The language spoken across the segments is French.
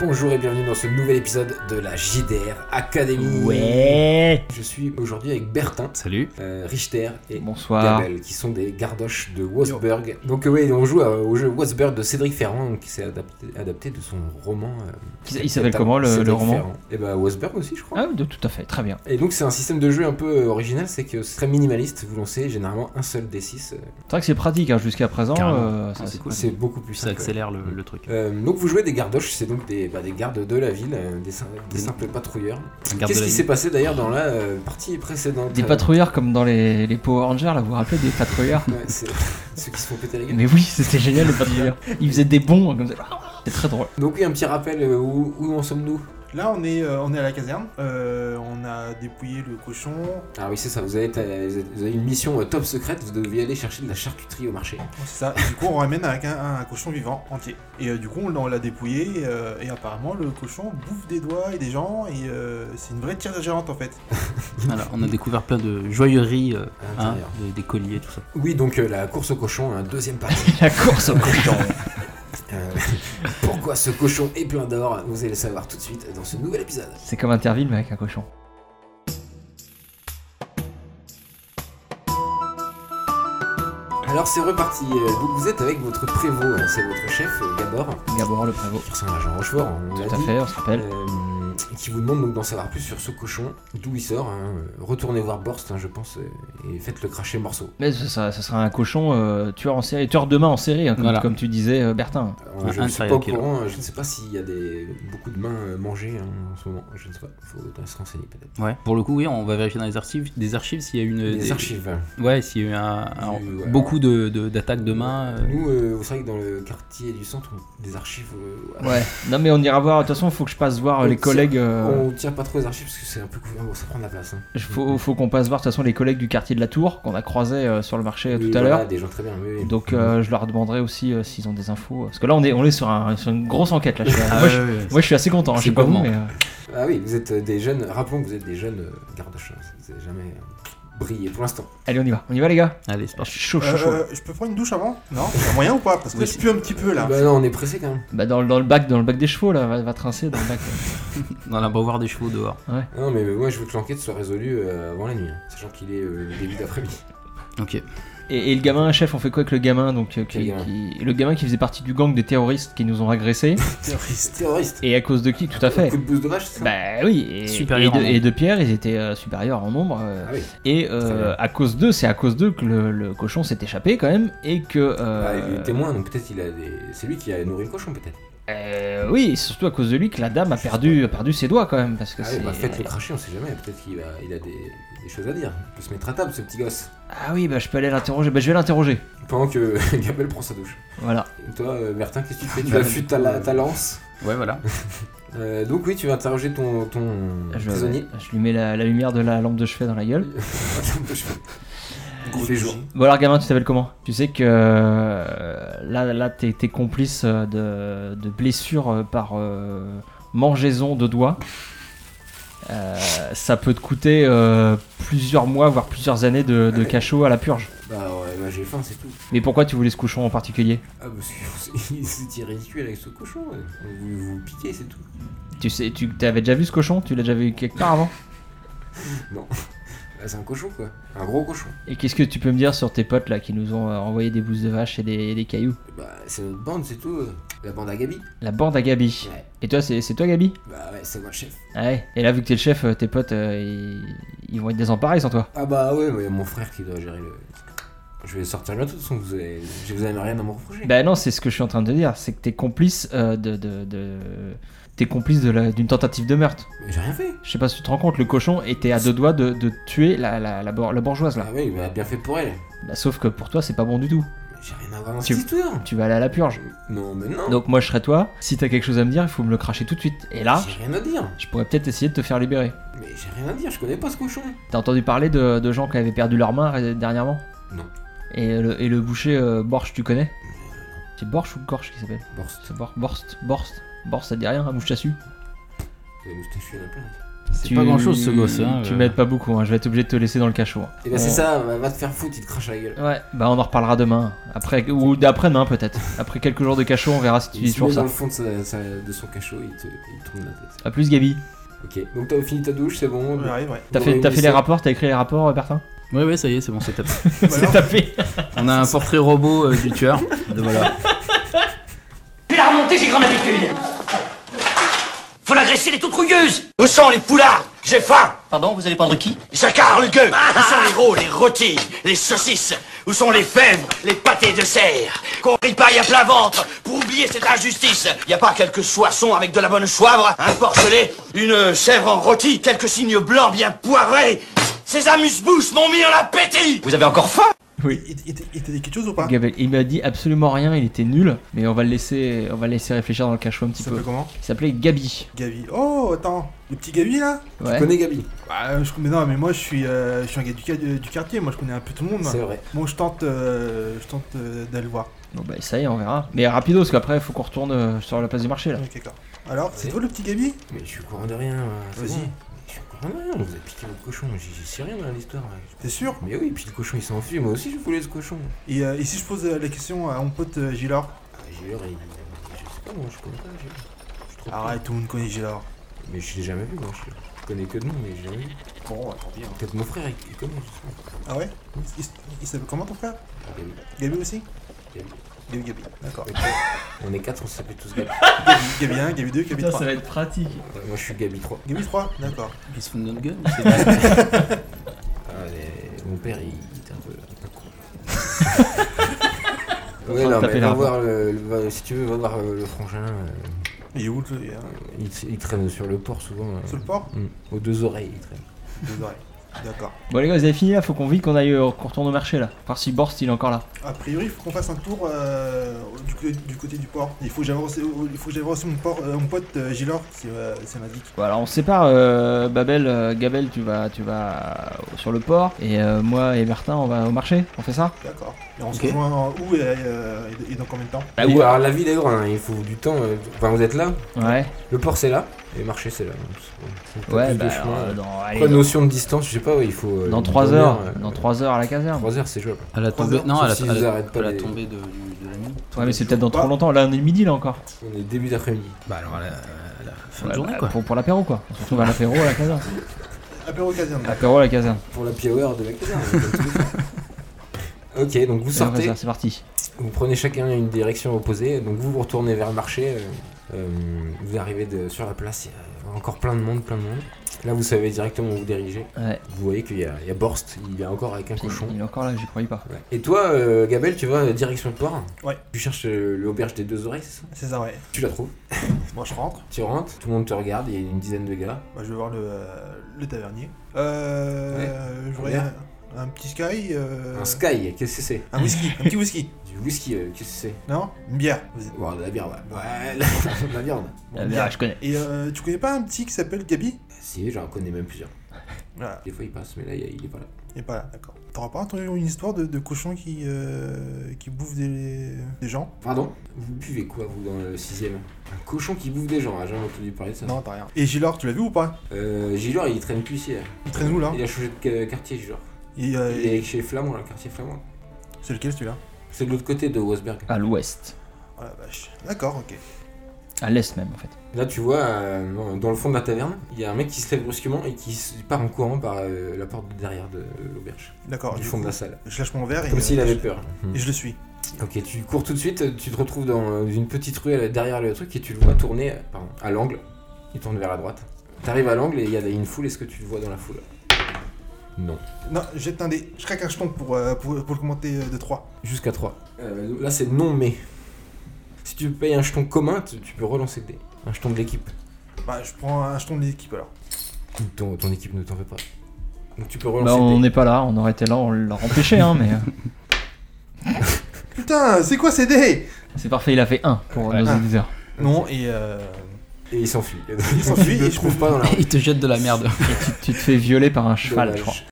Bonjour et bienvenue dans ce nouvel épisode de la JDR Academy. Ouais Je suis aujourd'hui avec Bertin, Salut. euh, Richter et Bonsoir. Gabel, qui sont des gardoches de Wasberg. Donc euh, oui, on joue euh, au jeu Wasberg de Cédric Ferrand, qui s'est adapté, adapté de son roman. euh, Il- il s'appelle comment, le- Cédric le roman Ferrand. Eh ben Wasberg aussi, je crois. Ah, de- tout à fait, très bien. Et donc c'est un système de jeu un peu euh, original, c'est que c'est très minimaliste. Vous lancez généralement un seul D6. euh, C'est vrai que c'est pratique hein, jusqu'à présent. Carrément. euh, ça, Ah, c'est c'est cool. pas- C'est beaucoup plus Ça simple. accélère le, le truc. Euh, donc vous jouez des gardoches, c'est donc des, bah, des gardes de la ville, euh, des, sim- des simples patrouilleurs. Garde Qu'est-ce de la qui vie. s'est passé d'ailleurs dans la euh, partie précédente euh, Des patrouilleurs comme dans les, les Power Rangers, là, vous vous rappelez des patrouilleurs Ouais, c'est ceux qui se font péter la gueule. Mais oui, c'était génial les patrouilleurs. Ils faisaient des bons hein, comme ça. C'était très drôle. Donc oui, un petit rappel, euh, où, où en sommes-nous Là, on est, euh, on est à la caserne. Euh, on a dépouillé le cochon. Oh, Ah oui, c'est ça, vous avez, euh, vous avez- vous avez une mission euh, top secrète, vous deviez aller chercher de la charcuterie au marché. C'est ça. Et du coup, on ramène avec un, un cochon vivant entier. Et euh, du coup, on l'a- on l'a dépouillé. Et, euh, et apparemment, le cochon bouffe des doigts et des gens. Et euh, c'est une vraie tire gérante en fait. Alors, on a découvert plein de joyeries, À euh, hein, l'intérieur. des, des colliers, tout ça. Oui, donc euh, la course au cochon, hein, deuxième partie. La course au cochon. Euh, pourquoi ce cochon est plein d'or Vous allez le savoir tout de suite dans ce nouvel épisode. C'est comme Interville mais avec un cochon. Alors c'est reparti, euh, vous, vous êtes avec votre prévôt, hein, c'est votre chef, euh, Gabor, Gabor le prévôt. qui ressemble à Jean Rochefort, hein, on l'a Tout à dit. fait, on se rappelle. Euh, qui vous demande donc d'en savoir plus sur ce cochon, d'où il sort. hein. Euh, Retournez voir Borst, hein, je pense, euh, et faites-le cracher le morceau. Mais ce sera, ce sera un cochon euh, tueur en série, tueur de main en série, hein, comme, Voilà. comme tu disais euh, Bertin. Alors, Un- je un ne suis serial pas au killer. courant, euh, je ne sais pas s'il y a des, beaucoup de mains euh, mangées hein, en ce moment, je ne sais pas, faut euh, se renseigner peut-être. Ouais. Pour le coup, oui, on va vérifier dans les archives, des archives s'il y a une. Euh, Les des- archives. Ouais, s'il y a eu un- un- Du- ouais. beaucoup de- de- d'attaques de, main. euh, Nous, euh, c'est vrai que dans le quartier du centre, on- des archives, euh, Ouais. Non mais on ira voir. De toute façon, faut que je passe voir euh, les C'est- collègues. euh, on tient pas trop aux archives parce que c'est un peu couvert, bon, ça prend de la place. hein. Il faut, faut qu'on passe voir de toute façon les collègues du quartier de la Tour qu'on a croisés euh, sur le marché euh, Oui, tout à voilà, l'heure. Des gens très bien, oui, oui. Donc euh, je leur demanderai aussi euh, s'ils ont des infos. Parce que là on est, on est sur, un- sur une grosse enquête là. Je suis- euh, Ah moi, ouais, je, ouais, ouais. moi, je suis assez content, hein, je C'est sais pas vous, gourmand. mais euh, Ah oui, vous êtes euh, des jeunes, rappelons que vous êtes des jeunes euh, gardes chance, vous n'avez jamais euh, brillé pour l'instant. allez on y va, on y va les gars. Allez, c'est Je parti. suis chaud, chaud, Euh, chaud. euh, je peux prendre une douche avant Non Y a moyen ou pas Parce que Oui, je pue un petit peu là. Bah non, on est pressé quand même. Bah dans, le- dans le bac, dans le bac des chevaux là, va, va trincer dans le bac. euh. Dans l'abreuvoir des chevaux dehors. Ah Non mais moi je veux que l'enquête soit résolue euh, avant la nuit, hein, sachant qu'il est euh, le début d'après-midi. Ok. Et, et le gamin chef, on fait quoi avec le gamin donc euh, Quel qui, gamin qui- le gamin qui faisait partie du gang des terroristes qui nous ont agressés Terroriste. Terroriste. et à cause de qui tout à fait. Coup de bouse de vache. c'est ça Bah oui, et, et, Supérieur de, en nombre. et de Pierre, ils étaient euh, supérieurs en nombre. euh, Ah oui. Et Très bien. euh, à cause d'eux, c'est à cause d'eux que le, le cochon s'est échappé quand même et que. euh, Bah, il est témoin donc peut-être il a des... c'est lui qui a nourri le cochon peut-être. euh, oui, et surtout à cause de lui que la dame a perdu, a perdu ses doigts quand même parce que Ah oui, c'est. bah faites le cracher, on sait jamais. Peut-être qu'il va... il a des... des choses à dire. Il peut se mettre à table ce petit gosse. Ah oui, bah je peux aller l'interroger. Bah je vais l'interroger. Pendant que Gabel prend sa douche. Voilà. Et toi euh, Bertin qu'est-ce que tu fais Tu Bah, affûtes ta, la- ta lance. Ouais, voilà. Euh, donc oui tu vas interroger ton, ton Je, prisonnier. je lui mets la, la lumière de la lampe de chevet dans la gueule. Il fait jour. Bon alors gamin, tu t'appelles comment Tu sais que euh, là, là, t'es t'es complice euh, de, de blessures euh, par euh, mangeaison de doigts. Euh, ça peut te coûter euh, plusieurs mois, voire plusieurs années de, de cachot à la purge. Bah ouais bah, j'ai faim c'est tout. Mais pourquoi tu voulais ce cochon en particulier Ah parce que c'est- c'est ridicule avec ce cochon. ouais. Vous vous piquez c'est tout. Tu sais, tu avais déjà vu ce cochon Tu l'as déjà vu quelque part avant Bah, c'est un cochon quoi. Un gros cochon. Et qu'est-ce que tu peux me dire sur tes potes là qui nous ont euh, envoyé des bouses de vache et des, des cailloux Bah, c'est notre bande, c'est tout. euh. La bande à Gabi. La bande à Gabi. Ouais. Et toi, c'est c'est toi Gabi Ah Bah, ouais, c'est moi le chef. Ouais. Et là, vu que t'es le chef, euh, tes potes, euh, ils, ils vont être désemparés sans toi. Ah, bah, ouais, ouais, mon frère qui doit gérer le. Je vais sortir bientôt, de toute façon, vous avez... je vous avez rien à me reprocher. Bah non, c'est ce que je suis en train de dire, c'est que t'es complice euh, de... de, de- T'es complice de la- d'une tentative de meurtre. Mais j'ai rien fait. Je sais pas si tu te rends compte, le cochon était à deux doigts de, de tuer la, la, la, bour- la bourgeoise là. Ah, ouais, il m'a bien fait pour elle. Bah, sauf que pour toi, c'est pas bon du tout. Mais J'ai rien à voir dans Tu- cette histoire. Tu vas aller à la purge. Non, mais non. Donc moi, je serais toi. Si t'as quelque chose à me dire, il faut me le cracher tout de suite. Et là, J'ai rien à dire. je pourrais peut-être essayer de te faire libérer. Mais j'ai rien à dire, je connais pas ce cochon. T'as entendu parler de, de gens qui avaient perdu leurs mains ré- dernièrement Non. Et le, et le boucher euh, Borch, tu connais C'est Borch ou Gorch qui s'appelle Borst, C'est Bor- Borst Borst Borst, ça te dit rien, un mouche les moustaches, il y en a plein. C'est pas grand-chose, ce gosse, hein, tu euh. Oh. m'aides pas beaucoup, hein, je vais être obligé de te laisser dans le cachot. hein. Et bah, c'est ça, va va te faire foutre, il te crache à la gueule. Ouais, bah on en reparlera demain. Après, ou d'après-demain peut-être. Après quelques jours de cachot, on verra si tu Il dis se met toujours dans ça. le fond de, sa- sa- de son cachot, il te il te tourne la tête. A plus Gabi. Ok, donc t'as fini ta douche, c'est bon. bah, On y arrive, ouais. T'as Vous fait, t'as fait les réunissez- rapports, t'as écrit les rapports, euh, Bertin Ouais, ouais, ça y est, c'est bon, c'est tapé. Bah C'est alors, tapé On a un portrait robot euh, du tueur. De- voilà. Puis la remontée, j'ai grande habitude. Faut l'agresser, les est toute rouilleuse. Où sont les poulards J'ai faim. Pardon, vous allez prendre qui Ah, Jacquard, le gueux. Où sont les rôles, les rôtis, les saucisses Où sont les fèves, les pâtés de serre Qu'on ripaille à plein ventre pour oublier cette injustice. Y a pas quelques soissons avec de la bonne soivre, un porcelet, une chèvre en rôti, quelques signes blancs bien poivrés Ces amuse-bouches m'ont mis en appétit Vous avez encore faim Il il- il t'a dit quelque chose ou pas Gabel, il m'a dit absolument rien, il était nul, mais on va le laisser, on va le laisser réfléchir dans le cachot un petit Ça peu. s'appelle comment Il s'appelait Gabi. Gavi. Oh, attends, le petit Gavi là Tu Ouais. connais Gabi Bah, je connais. Non, mais moi je suis, euh, je suis un gars du, qua- du quartier, moi je connais un peu tout le monde. C'est vrai. Bon, je tente, euh, je tente euh, d'aller le voir. Bon bah ça y est, on verra. Mais rapido, parce qu'après, faut qu'on retourne euh, sur la place du marché là. Ok, d'accord. Alors, c'est Oui. toi le petit Gabi Mais je suis au courant de rien. hein, c'est Vas-y. bon. Mais Je suis au courant de rien, on vous a piqué votre cochon, j'y j'y sais rien dans l'histoire. hein. T'es sûr Mais oui, puis le cochon il s'est enfui, moi aussi je voulais ce cochon. et, euh, et si je pose euh, la question à mon pote euh, Gilor Ah, Gilor, il. Je sais pas, moi je connais pas Gilor. Je suis trop Arrête, tout le monde connaît Gilor. petit. Mais je l'ai jamais vu, moi je je connais que de nom, mais j'ai jamais vu. Bon, tant pis. Peut-être mon frère il il connaît, je sais Ah ouais Il, s- il s'appelle comment ton frère pas. Gabi, Gabi aussi Gabi. Gabi, Gabi. D'accord. Ok. On est quatre, on s'appelle tous Gabi. Gabi, Gabi 1, Gabi 2, Gabi 3. va être pratique. Ouais, moi je suis Gabi 3. Gabi 3, d'accord. Ils se font de notre gueule. c'est- Ah, mais mon père, il il était un peu, un peu con. En train ouais, de non, taper mais la va voir le, le- va- si tu veux, va voir euh, le frangin. euh, Il est où le. euh, il, t- il traîne sur le port souvent. euh, Sur le port mm, aux deux oreilles, il traîne. Deux oreilles. D'accord. Bon les gars, vous avez fini là, faut qu'on vite qu'on aille euh, qu'on retourne au marché là. Voir si Borst il est encore là. A priori, il faut qu'on fasse un tour euh, du, côté- du côté du port. Il faut que j'aille voir aussi- il faut que j'aille voir aussi mon, port- euh, mon pote euh, Gilor, c'est euh, c'est ma geek. Bon alors on se sépare, euh, Babel, euh, Gabel, tu vas, tu vas euh, sur le port et euh, moi et Bertin on va au marché, on fait ça D'accord. Et on se Ok. rejoint en- où et, euh, et- et dans combien de temps Bah Ou alors la ville est grande, hein, il faut du temps. euh, Enfin, vous êtes là Ouais, Le port c'est là, et le marché c'est là. donc c'est- c'est pas ouais, plus de bah, chemin. euh, dans, allez, Après, dans- notion de distance, je sais pas, ouais, il faut. euh, dans une 3 demi-heure, heures, euh, dans 3 heures à la caserne. trois heures, c'est jouable. À la tombée. heures, Non, à la, sauf à s'ils la- arrêtent pas à la les- tombée de, du- de la nuit. Ouais mais c'est peut-être dans trop longtemps, là on est le midi là encore. On est début d'après-midi. Bah alors, à la, à la fin Ouais, de journée, bah, quoi. Pour, pour l'apéro quoi, on se retrouve à l'apéro à la caserne. Apéro caserne. Apéro à la caserne, Pour la hour de la caserne. comme tous les jours. Ok, donc vous Et on fait sortez. ça, c'est parti. Vous prenez chacun une direction opposée, donc vous vous retournez vers le marché, euh, euh, vous arrivez de- sur la place, il y a encore plein de monde, plein de monde. Là vous savez directement où vous diriger. Ouais, Vous voyez qu'il y, a- il y a Borst, il est encore avec un cochon. il est encore là, j'y croyais pas. Ouais. Et toi, euh, Gabel, tu vas euh, direction le port Ouais. Tu cherches euh, l'auberge des deux oreilles, c'est ça C'est ça, ouais. Tu la trouves. Moi, je rentre. Tu rentres, tout le monde te regarde, il y a une dizaine de gars. Moi, je vais voir le, euh, le tavernier. Euh. Je voudrais Combien un, un petit sky. euh, Un Sky, qu'est-ce que c'est un whisky. un petit whisky. Du whisky, euh, qu'est-ce que Non Une bière. Vous- c'est Bon, de la bière, ouais. Ouais, la, la viande. bon, Ah, une bah, je connais. Et euh, tu connais pas un petit qui s'appelle Gabi Si, j'en connais même plusieurs. Voilà. Des fois il passe, mais là il il est pas là. Et pas là, d'accord. T'auras pas entendu une histoire de, de cochon qui, euh, qui bouffe des, des gens Pardon Vous buvez quoi, vous, dans le 6 Un cochon qui bouffe des gens, hein, j'ai jamais entendu parler de ça. Non, t'as rien. Et Gilor, tu l'as vu ou pas Euh, Gilor, il traîne plus ici. hein. Il traîne où là Il a changé de ca- quartier, Gilor. Et, euh, Il est chez Flamand, là, le quartier Flamand. C'est lequel celui-là C'est de l'autre côté de Wasberg. À l'ouest, Oh la vache. D'accord, ok. à l'est même en fait. Là, tu vois, euh, dans- dans le fond de la taverne, il y a un mec qui se lève brusquement et qui s- part en courant par euh, la porte de derrière de euh, l'auberge, D'accord. du Oh, du fond de coup, la salle. Je lâche mon verre et. Comme s'il euh, avait je- peur. Et je le suis. Ok, tu cours tout de suite, tu te retrouves dans une petite rue à la- derrière le truc et tu le vois tourner euh, pardon, à l'angle. Il tourne vers la droite. T'arrives à l'angle et il y a une foule, est-ce que tu le vois dans la foule Non. Non, jette un dé. Je craque un jeton pour, euh, pour, pour le commenter euh, de 3. Jusqu'à 3. là, c'est non, mais. Si tu payes un jeton commun, tu, tu peux relancer le dé. Un jeton de l'équipe. Bah, je prends un jeton de l'équipe alors. Ton, ton équipe ne t'en fait pas. Donc tu peux relancer Bah on le dé. n'est pas là, on aurait été là, on l'aurait empêché hein, mais... euh, Putain, c'est quoi ces dés C'est parfait, il a fait 1 pour nos Ah. auditeurs. Non, et euh. Et il s'enfuit. Il s'enfuit Tu le et je trouves me- pas dans la Ils te jettent de la merde. Tu te fais violer par un cheval, je crois. Dommage.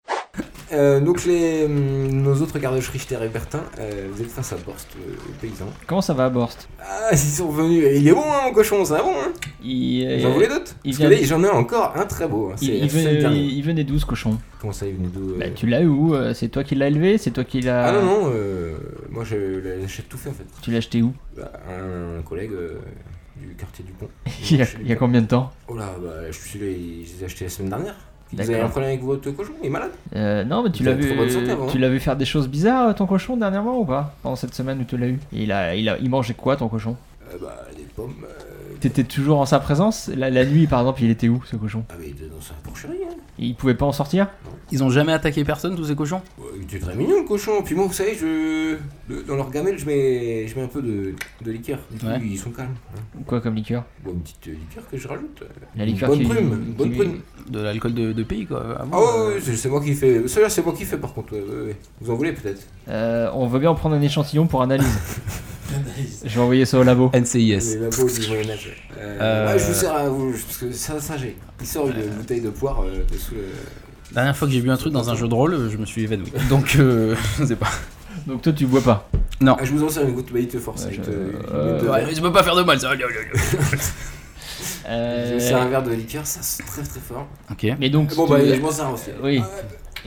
Euh, donc les, hum, nos autres gardes Richter et Bertin, euh, vous êtes face à Borst, le, le paysan. Comment ça va, Borst Ah, ils sont venus. Il est bon, hein, mon cochon, c'est un bon. Hein. il, Vous en voulez d'autres il Parce que vient- là, j'en ai encore un très beau. hein, il- C'est il c'est le venait- dernier. il venait d'où ce cochon Comment ça, il venait d'où euh Bah, tu l'as eu où Euh, C'est toi qui l'as élevé C'est toi qui l'as. Ah non, non, euh, moi je- j'achète tout fait en fait. Tu l'as acheté où Bah, un collègue euh, du quartier du pont. il y, a, il y a combien de temps Oh là, bah, je suis là, il- je les ai achetés la semaine dernière. Vous D'accord. avez un problème avec votre cochon Il est malade Euh, Non, mais tu Il l'as était vu. trop bonne santé hein. avant, Tu l'as vu faire des choses bizarres, euh, ton cochon, dernièrement ou pas Pendant cette semaine où tu l'as eu il a, il a, il mangeait quoi, ton cochon Euh, Bah, des pommes. euh, T'étais toujours en sa présence la, la nuit, par exemple, il était où, ce cochon Ah, mais il était dans sa porcherie, hein. Il pouvait pas en sortir Ils ont jamais attaqué personne, tous ces cochons Ouais, Bah, Il était très mignon le cochon. Puis moi, vous savez, je. de- dans leur gamelle, je mets, je mets un peu de, de liqueur. Du coup, Ouais. ils sont calmes. hein. Ou Quoi comme liqueur Bon, une petite euh, liqueur que je rajoute. La Une liqueur bonne qui- prune, une bonne qui- prune. De l'alcool de, de pays, quoi. Ah bon, Ah ouais, euh, ouais, c'est c'est moi qui fais. Celui-là, c'est moi qui fais par contre. ouais, ouais, ouais. Vous en voulez peut-être Euh, on veut bien en prendre un échantillon pour analyse. Je vais envoyer ça au labo. NCIS. Les labos du Moyen-Âge. Euh, Euh, ouais, je vous sers à vous, je- parce que c'est un singé. Il sort une bouteille de poire euh, de sous le. Dernière fois que j'ai bu un truc dans un jeu de rôle, je me suis évanoui. Donc, euh, je sais pas. Donc toi, tu bois pas. Ah, je vous en sers une goutte, mais il te force. Ouais, il te- je- euh, il te- Ouais, je peux pas faire de mal, ça. Je Euh, me sers un verre de liqueur, ça c'est très très fort. Ok. Mais donc, Bon, tu- bah, je m'en sers Ah aussi. oui.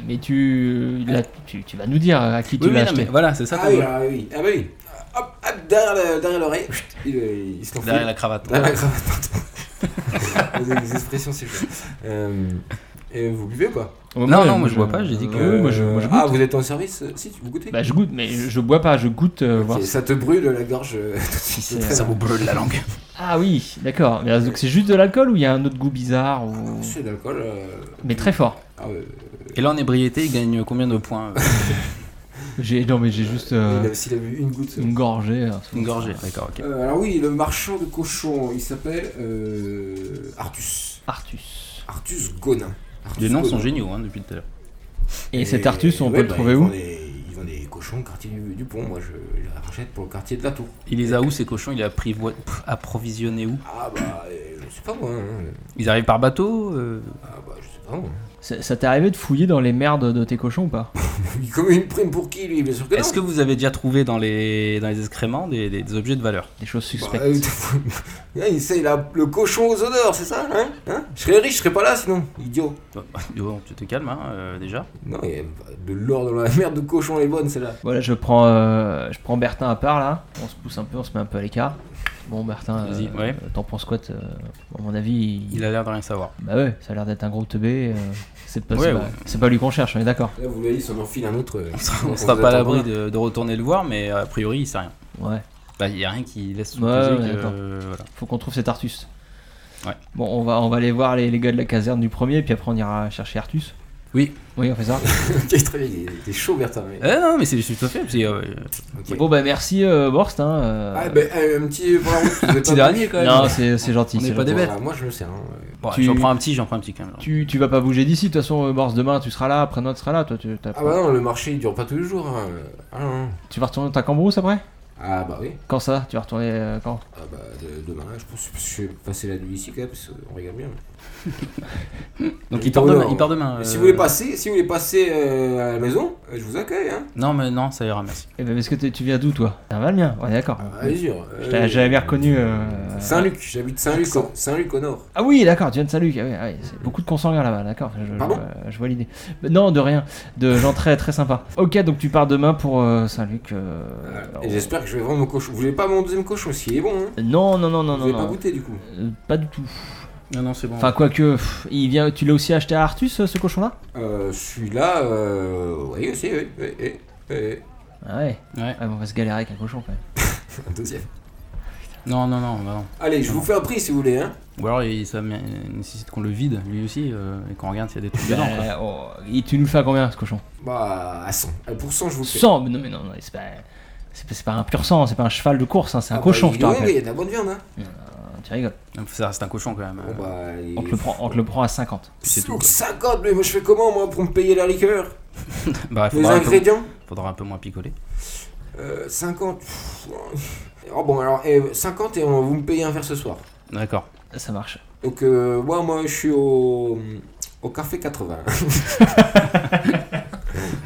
Mais tu, là, tu, tu vas nous dire à qui tu l'as Oui, mais non, acheté. mais voilà, c'est ça. Ah ton oui, rôle. ah oui, ah bah oui. Hop, hop, derrière le- derrière l'oreille, il, euh, il se l'enfile. Derrière la cravate. Derrière la cravate, pardon. Les- Les expressions, c'est chaud. Euh, et vous buvez ou pas Oh, Non, non, moi, je bois pas, j'ai dit que- Euh, oui, moi, je, moi, je goûte. Ah, vous êtes en service euh, Si, tu- vous goûtez Bah, je goûte, mais je, je bois pas, je goûte. euh, Ok, voir si- Ça te brûle la gorge euh, tout de suite. C'est- Très Ça vous brûle la langue. Ah oui, d'accord. Mais Donc c'est juste de l'alcool ou il y a un autre goût bizarre ou... C'est de l'alcool. euh, Mais très fort. Ah, ouais. Et là, en ébriété, il gagne combien de points euh, J'ai non mais j'ai juste Ah euh, Il a- S'il a bu une goutte. une gorgée. hein. Une gorgée. D'accord, ok. Euh, alors, oui, le marchand de cochons, il s'appelle euh, Artus. Artus. Artus Gonin. Artus Les noms Gonin. sont géniaux, hein, depuis tout à l'heure. Et, cet Artus, on ouais, peut le bah, trouver ils où vendent des- Ils vendent des cochons au quartier du, du pont. Moi, je, je les rachète pour le quartier de la tour. Il les a où, ces cochons Il a privo- pff, approvisionné où Ah, bah, euh, je sais pas moi. hein. Ils arrivent par bateau euh, Ah, bah, je sais pas moi. Ça, ça t'est arrivé de fouiller dans les merdes de tes cochons ou pas Il commet une prime pour qui, lui Bien sûr que non. Est-ce que vous avez déjà trouvé dans les, dans les excréments des, des- des objets de valeur Des choses Bah, suspectes. euh, il sait, il a le cochon aux odeurs, c'est ça hein Hein Je serais riche, je serais pas là sinon, idiot. Bon, bon, Tu te calmes, hein, euh, déjà. Non, il y a de l'or dans la merde de cochon, elle est bonne celle-là. Voilà, je prends euh, je prends Bertin à part là. On se pousse un peu, on se met un peu à l'écart. Bon Bertin, euh, Vas-y, ouais. euh, t'en penses quoi t- euh, À mon avis, il- Il a l'air de rien savoir. bah ouais, ça a l'air d'être un gros teubé. euh, c'est pas, Ouais, c'est ouais. pas- c'est pas lui qu'on cherche, on est d'accord. Là, vous voyez, il s'en enfile un autre. euh, On vous sera pas à attendra. l'abri de, de retourner le voir, mais euh, a priori, il sait rien. Ouais. Bah, il y a rien qui laisse Ouais, supposer ouais, que. d'accord. euh, voilà. faut qu'on trouve cet Artus. Ouais. Bon, on va, on va aller voir les, les gars de la caserne du premier, puis après on ira chercher Artus. Oui. Oui, on fait ça. Ok, très bien, il est- il est chaud, Bertin. mais- Eh non, mais c'est juste tout à fait. parce que, euh, ok. Bon, bah merci euh, Borst. Hein, euh, Ah, bah, euh, un petit. pour la route, vous êtes Petit pas- dernier, quand même. non, c'est c'est gentil. On c'est n'est pas gentil. des bêtes. Voilà, Moi, je me sers. hein, ouais. Bon, Tu- J'en prends un petit, j'en prends un petit quand même. Tu, tu vas pas bouger d'ici, de toute façon, euh, Borst, demain tu seras là, après notre sera là. Toi, tu, t'as Ah, pas- bah non, le marché il dure pas tous les jours. hein. Ah, non. tu vas retourner dans ta cambrousse après Ah, bah oui. Quand ça Tu vas retourner euh, quand Ah, bah de- demain, je pense que je vais passer la nuit ici quand même, parce qu'on regarde bien. Donc Il il part part demain. dehors. Il part demain Si euh, vous voulez passer, si vous voulez passer euh, à la maison, euh, je vous accueille. Hein. Non, mais non, ça ira, merci. Eh ben, parce que t'es- tu viens d'où toi T'es un Valmien Ouais, d'accord. Ah, Allez-y. hein. Je t'ai- J'avais bien reconnu. euh, Saint-Luc, j'habite Saint-Luc, au- Saint-Luc au nord. Ah oui, d'accord, tu viens de Saint-Luc. Ah oui, ah oui, c'est beaucoup de consanguins là-bas, d'accord. Je, je- Pardon euh, je vois l'idée. Mais Non, de rien. De gens très très sympas. Ok, donc tu pars demain pour euh, Saint-Luc. euh, Ah, Voilà. oh. on- Et j'espère que je vais vendre mon cochon. Vous voulez pas mon deuxième cochon aussi, il est bon. Hein Non, non, non, non, vous non. avez pas non. goûté du coup. Euh, Pas du tout. Non, non, c'est bon. Enfin, quoique, pff, il vient. Tu l'as aussi acheté à Artus, euh, ce cochon-là Euh, Celui-là, euh, oui aussi, oui, oui, oui, oui. Ah ouais. Ouais. Ah, mais on va se galérer avec un cochon quand même. Un deuxième. Non, non, non, bah non. Allez, je vous fais un prix si vous voulez. Hein. Ou alors il- ça mé- nécessite qu'on le vide lui aussi euh, et qu'on regarde s'il y a des trucs dedans. quoi. Bah, oh, et tu nous le fais à combien ce cochon Bah, à 100. Euh, Pour 100, je vous le fais. 100 mais Non, mais non, non, c'est pas. C'est pas, c'est pas un pur sang, c'est pas un cheval de course, hein, c'est Ah un bah, cochon, il je est te bon, rappelle. mais Il y a de la bonne viande. Hein. Tu rigoles. Donc, Ça reste un cochon quand même. Bon, bah, il- On te le prend, on te le prend à 50. c'est tout, Donc, quoi. 50, mais moi je fais comment moi pour me payer la liqueur Bah, Les faudra, un peu, ingrédients faudra un peu moins picoler. Euh, 50. pff, Oh bon, alors eh, 50 et on- vous me payez un verre ce soir. D'accord. Ça marche. Donc, euh, moi, moi, je suis au, au café 80.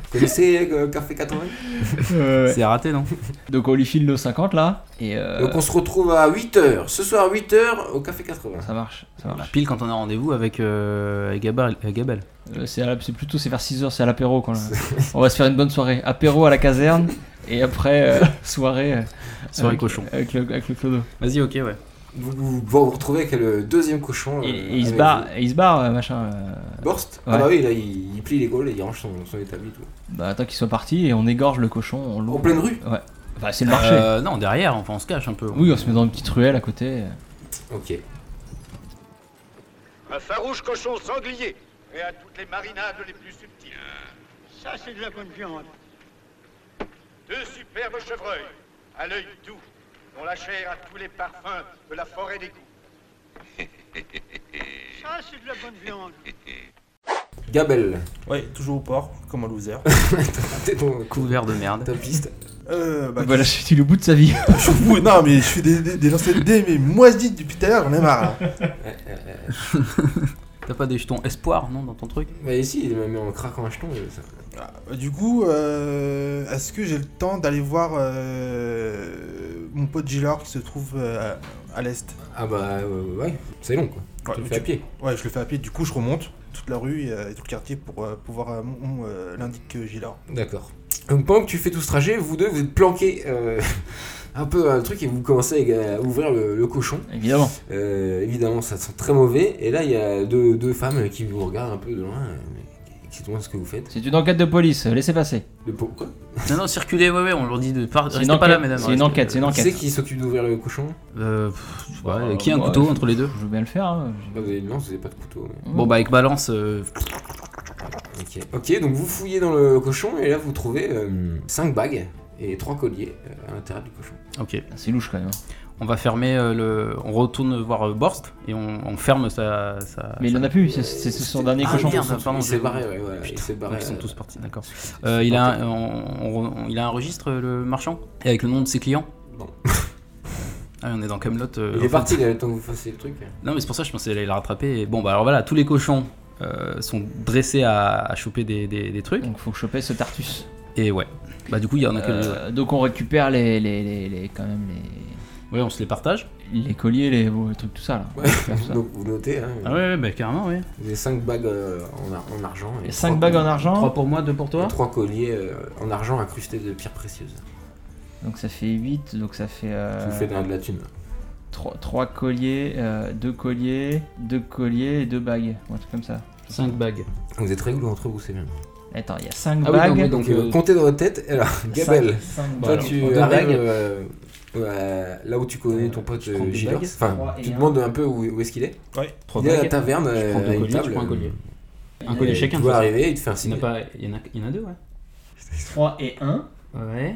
connaissez euh, Café 80 C'est raté, non Donc on lui file nos 50 là. Et euh, Donc on se retrouve à 8h, ce soir 8h au Café 80. ça marche. Ça marche. Pile quand on a rendez-vous avec euh, avec Gabal. avec Gabal. Euh, C'est à la- c'est plutôt c'est vers 6h, c'est à l'apéro quand même. On va se faire une bonne soirée. Apéro à la caserne et après euh, soirée. euh, Soirée avec- cochon. Avec le, avec le clodo. Vas-y, ok, ouais. Vous vous, vous vous retrouvez avec le deuxième cochon. euh, Et, et il se avec barre, et il se barre euh, machin. euh, Borst Ouais. Ah bah oui, là il, il plie les gaules et il range son, son établi. Tout. Bah attends qu'il soit parti et on égorge le cochon. On En l'ouvre. pleine rue Enfin, c'est le marché. Euh, non, derrière, enfin, on se cache un peu. Oui, on se met dans une petite ruelle à côté. euh. Ok. Un farouche cochon sanglier, et à toutes les marinades les plus subtiles. Ça, c'est de la bonne viande. Deux superbes chevreuils, à l'œil doux, dont la chair a tous les parfums de la forêt des goûts. Ça, c'est de la bonne viande. Gabel, Ouais, toujours au port, comme un loser. t'es ton cou- Couvert de merde. ta piste. Euh, bah, Voilà, je suis le bout de sa vie. je suis au bout. Non, mais je fais des, des, des lancers de dés, mais moisites depuis tout à l'heure, j'en ai marre. là. T'as pas des jetons espoir, non, dans ton truc Bah ici, il m'a mis en craquant un jeton. euh, ça. Bah, Du coup, euh, est-ce que j'ai le temps d'aller voir euh, mon pote Gilor qui se trouve euh, à l'est Ah bah euh, ouais, c'est long quoi. ouais, tu le mais fais à tu- pied. ouais, je le fais à pied. Du coup, je remonte toute la rue et, euh, et tout le quartier pour euh, pour voir euh, mon, euh, l'indique euh, Gilor. D'accord. Donc pendant que tu fais tout ce trajet, vous deux vous êtes planqués euh, un peu un truc et vous commencez à, à ouvrir le, le cochon. Évidemment. Euh, évidemment, ça sent très mauvais. Et là, il y a deux, deux femmes qui vous regardent un peu de loin. euh, mais qui se demandent ce que vous faites. C'est une enquête de police, euh, laissez passer. De po- quoi Non, non, circulez, ouais, ouais, on leur dit de par... C'est Restez une pas enquête, là, mesdames. c'est une restez- enquête, c'est une Qui c'est enquête. qui s'occupe d'ouvrir le cochon Euh, pff, ouais, Euh, qui a un moi, couteau je- entre les deux Je veux bien le faire. hein. Là, Bah, vous avez non, vous n'avez pas de couteau. mais- Bon, bah, avec balance, euh, Ok. Ok, donc vous fouillez dans le cochon et là vous trouvez 5 bagues et 3 colliers euh, à l'intérieur du cochon. ok. Ah, C'est louche quand même. hein. On va fermer euh, le. On retourne voir euh, Borst et on, on ferme sa. sa- Mais il en a plus, c'est c'est son dernier Ah, cochon. merde. pardon, il je- s'est barré, ouais, voilà. il Putain, s'est barré. donc ils euh, sont tous partis, d'accord. Euh, il, a un, on- on- on- il a un registre, euh, le marchand Et avec le nom de ses clients Non. Ah, on est dans Camelot. Il est parti, il a le temps que vous fassiez le truc. Non, mais c'est pour ça que je pensais aller le rattraper. Et Bon, bah alors voilà, tous les cochons euh, sont dressés à, à choper des, des- des trucs. Donc faut choper ce Tartus. Et ouais. Bah, du coup, il y en a que. Euh, donc on récupère les, les, les, les- quand même les, Ouais, on se les partage. les colliers, les, les trucs, tout ça là. Ouais. Comme ça. Donc vous notez, hein, Ah, ouais, ouais, bah, carrément, ouais. vous avez 5 bagues euh, en, ar- en argent. Et 5 bagues en Trois argent, pour moi, deux pour toi. 3 colliers euh, en argent incrustés de pierres précieuses. donc ça fait 8, donc ça fait Ça vous fait de de la thune. 3, colliers, 2 colliers, 2 colliers et 2 bagues, ou un truc comme ça. Cinq bagues. Vous êtes réglo entre vous, c'est bien. Attends, il y a 5 Ah oui, non, bagues, mais Donc, Donc, euh, comptez dans votre tête. Alors, Gabelle, Bon, toi Bah, alors, tu deux arrives bagues. euh, euh, là où tu connais ton pote je prends euh, deux Gilles. bagues. Enfin, Trois et tu te un. demandes un peu où, où est-ce qu'il est. Ouais. Trois il est à la euh, bagues. table Je prends deux colliers, tu prends un collier. Un collier Et Tu chacun. de toute dois façon. arriver, il te fait un Il y en signe. a pas- il y en a- il y en a deux, ouais. 3 et 1, Ouais.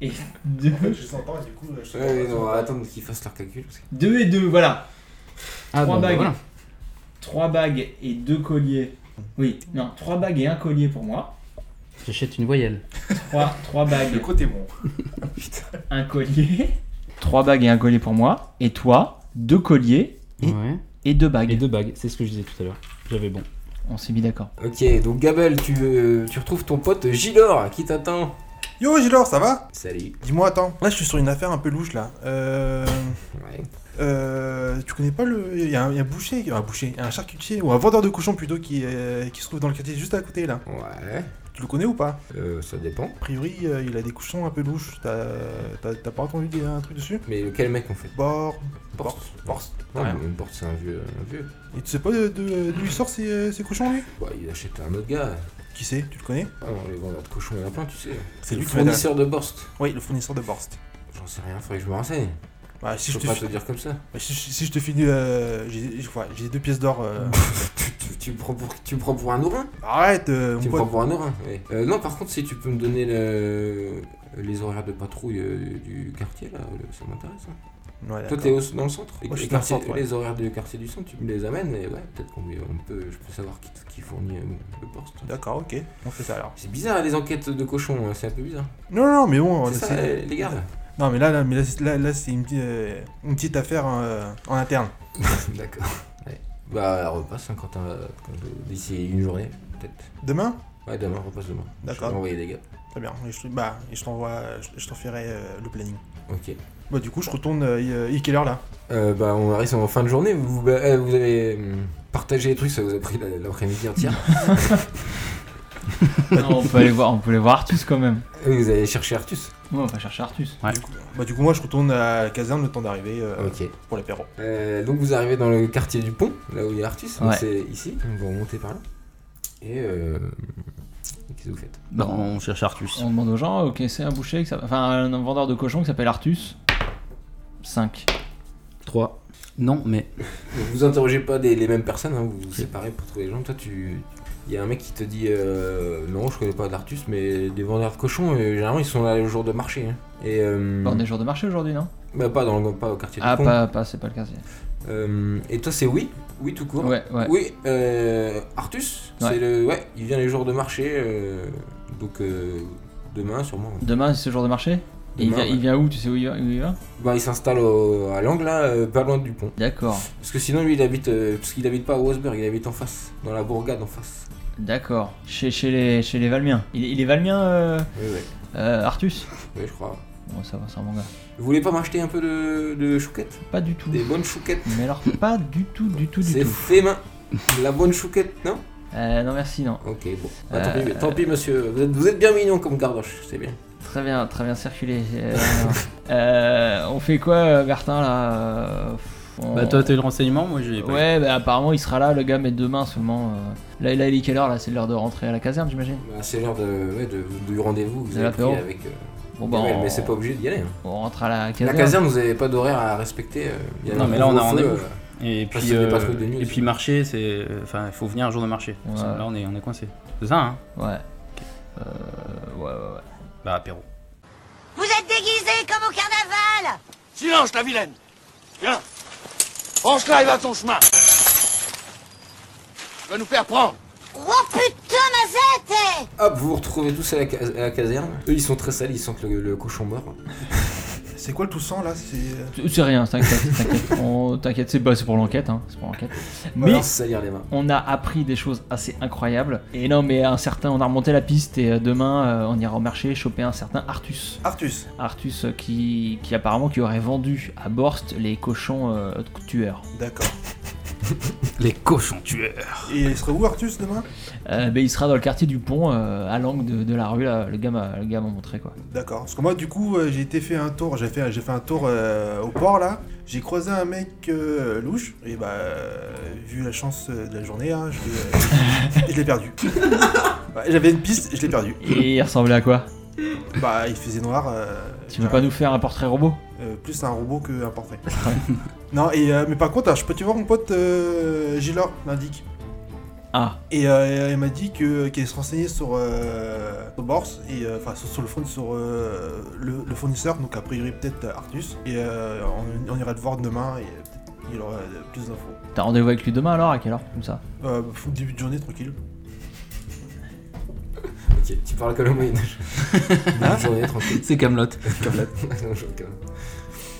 et 2, je s'entends et du coup, je Ouais, mais on va attendre qu'ils fassent leur calcul. parce que- 2 et 2, voilà. Ah, Trois bon, bah, bagues. voilà. 3 bagues et 2 colliers. Oui, non, 3 bagues et 1 collier pour moi. J'achète une voyelle. 3, bagues, côté bon. 1 collier. 3 bagues et 1 collier pour moi. Et toi, 2 colliers Et- Ouais. et 2 bagues. Et deux bagues, c'est ce que je disais tout à l'heure. J'avais bon. On s'est mis d'accord. Ok, donc Gabelle, tu, euh, tu retrouves ton pote Gilor qui t'attend. Yo Gilor, ça va Salut. Dis-moi, attends. Là, je suis sur une affaire un peu louche là. Euh, Ouais. euh, tu connais pas le. Il y, a un il y a un boucher, un boucher, un charcutier ou un vendeur de cochons plutôt qui, est- qui se trouve dans le quartier juste à côté là. Ouais. Tu le connais ou pas Euh, ça dépend. A priori, euh, il a des cochons un peu louches. T'as t'as- t'as pas entendu dire un truc dessus Mais lequel mec on fait Bord. Porte. Porte. Non, Ouais. mais même Porte, c'est un vieux. Un vieux. Et tu sais pas de- de- d'où il sort ces, euh, ces cochons lui Bah, il achète à un autre gars. Qui c'est Tu le connais Ah, non, les vendeurs de cochons, il y en a plein, tu sais. C'est le lui qui m'a dit. fournisseur de Borst. Oui, le fournisseur de Borst. J'en sais rien, faudrait que je me renseigne. Bah, si, Je je peux te, pas fi- te dire comme ça. bah, si, si je te finis. euh, J'ai j'ai- ouais, j'ai deux pièces d'or. euh. Tu, tu- tu me prends pour, tu me prends pour un orin Arrête, euh, Tu mon me prends pote. pour un orin ouais. Euh, Non, par contre, si tu peux me donner le- les horaires de patrouille euh, du quartier, là, le- ça m'intéresse. hein. Ouais, Toi, d'accord. t'es au- dans le centre Moi, Les je suis dans le quartiers- centre, ouais. Les horaires du quartier du centre, tu me les amènes, et ouais, peut-être qu'on on peut, je peux savoir qui, qui fournit euh, le Borst. D'accord, ok. On fait ça alors. C'est bizarre, les enquêtes de cochons, hein, c'est un peu bizarre. Non, non, mais bon. c'est euh, ça, c'est- euh, les gardes Non, mais là, là, mais là, c'est- là, là, c'est une, petite, euh, une petite affaire euh, en interne. D'accord. Ouais. Bah, repas, hein, quand t'as- quand- d'ici une journée, peut-être. Demain Ouais, demain, repasse demain. D'accord. Je vais envoyer des gars. Très bien. Et je, te- bah, et je t'envoie, je, je t'en ferai euh, le planning. Ok. Bah, du coup, je retourne. euh, Il euh, il est quelle heure là Euh, bah, on arrive en fin de journée. Vous, bah, euh, vous avez hum, partagé les trucs, ça vous a pris la- l'après-midi entière. Non, on peut aller voir, on peut aller voir Artus quand même. Et vous allez chercher Artus. Ouais, on va chercher Artus. Ouais. du coup, Bah, du coup, moi, je retourne à la caserne le temps d'arriver euh, Ok. pour l'apéro. Euh, donc vous arrivez dans le quartier du pont, là où il y a Artus. Donc Ouais. c'est ici. Donc vous remontez par là. Et euh, qu'est-ce que vous faites Bah, on cherche Artus. On demande aux gens, ok, c'est un boucher, qui s'appelle- enfin un vendeur de cochons qui s'appelle Artus. 5. 3. Non, mais. Donc vous interrogez pas des- les mêmes personnes, hein, vous vous séparez pour trouver les gens. Toi, tu. Il y a un mec qui te dit euh, Non, je connais pas d'Artus, mais des vendeurs de cochons, euh, généralement ils sont là le jour de marché. hein. Et. euh, On est jour de marché aujourd'hui, non bah, pas, dans le, pas au quartier Ah, du pont. pas, pas c'est pas le quartier. Euh, et toi, c'est oui Oui, tout court Ouais, ouais. Oui, euh, Artus, Ouais. c'est le. Ouais, il vient les jours de marché, euh, donc euh, demain sûrement. Demain, c'est ce jour de marché Et il, Demain, vient, ouais. il vient où Tu sais où il va, où il va Bah, il s'installe au- à l'angle là, euh, pas loin du pont. D'accord, Parce que sinon, lui, il habite. euh, parce qu'il habite pas à Wasberg, il habite en face, dans la bourgade en face. d'accord. Chez, chez, les, chez les Valmiens. Il, est- il est Valmien, euh, Oui, oui, euh, Artus oui, je crois. Bon, ça va, c'est un manga. Vous voulez pas m'acheter un peu de, de chouquette Pas du tout. Des bonnes chouquettes Mais alors, pas du tout, du tout, du C'est tout. fait main La bonne chouquette, non Euh, non, merci, non. Ok, bon. Bah, tant, Euh, pis, mais- tant pis, monsieur. Vous êtes, vous êtes bien mignon comme gardoche, c'est bien. Très bien, très bien circulé. Euh, euh, on fait quoi, euh, Bertin, là Euh, pff, on- Bah, toi, t'as eu le renseignement, moi, j'ai pas eu. Ouais, bah apparemment il sera là, le gars, mais demain seulement. euh. Là, là, il est quelle heure là C'est l'heure de rentrer à la caserne, j'imagine Bah, c'est l'heure de, ouais, de- du rendez-vous que vous De avez l'apéro. pris avec. euh, Bon, bah, Gabriel, on- mais c'est pas obligé d'y aller. hein. On rentre à la La caserne. caserne, vous avez pas d'horaire à respecter. euh, il y Non, un mais là, on a couvre-feu, rendez-vous. euh, Et Parce puis, qu'il y a des euh, patrouilles de nuit et aussi. puis marché, c'est. Enfin, il faut venir un jour de marché. Ouais. Là, on est, on est coincé. C'est ça, hein Ouais. Euh, ouais, ouais, ouais. Bah, apéro. Vous êtes déguisés comme au carnaval Silence, la vilaine Viens Range-la et va ton chemin Tu vas nous faire prendre Oh putain, ma zette eh Hop, vous vous retrouvez tous à la, cas- à la caserne. Eux, ils sont très sales, ils sentent le, le cochon mort. C'est quoi le tout sang là C'est. euh, C'est- C'est rien, t'inquiète, t'inquiète. On- T'inquiète, c'est bah, c'est pour l'enquête, hein. C'est pour l'enquête. Mais Ils se salir les mains. on a appris des choses assez incroyables. Et non, mais un certain, on a remonté la piste et euh, demain euh, on ira au marché choper un certain Artus. Artus. Artus euh, qui, qui apparemment qui aurait vendu à Borst les cochons euh, tueurs. D'accord. Les cochons tueurs. Ah, Et bah, il serait où Artus demain Euh, ben, il sera dans le quartier du pont, euh, à l'angle de, de la rue, là, le gars m'a le gars m'a montré quoi. D'accord. Parce que moi, du coup, euh, j'ai été fait un tour. J'ai fait, j'ai fait un tour euh, au port là. J'ai croisé un mec euh, louche. Et bah, euh, vu la chance euh, de la journée, hein, je l'ai, euh, je l'ai perdu. Ouais, J'avais une piste, je l'ai perdu. Et il ressemblait à quoi Bah, il faisait noir. euh, Tu veux pas nous faire un portrait robot euh, plus un robot qu'un portrait. non, et euh, mais par contre, hein, je peux te voir mon pote euh, Gilor l'indique. Ah, Et euh, elle m'a dit que- qu'elle se renseignait sur, euh, sur Borse, et, euh, enfin sur, sur le, fourn- sur, euh, le, le fournisseur, donc a priori peut-être Artus. Et euh, on, on ira le voir demain et euh, peut-être il aura euh, plus d'infos. t'as rendez-vous avec lui demain alors À quelle heure Comme ça Euh, faut- début de journée tranquille. Ok, tu parles comme le Moyen-Âge. Bonne journée, tranquille. C'est Camelot. Non, je rigole.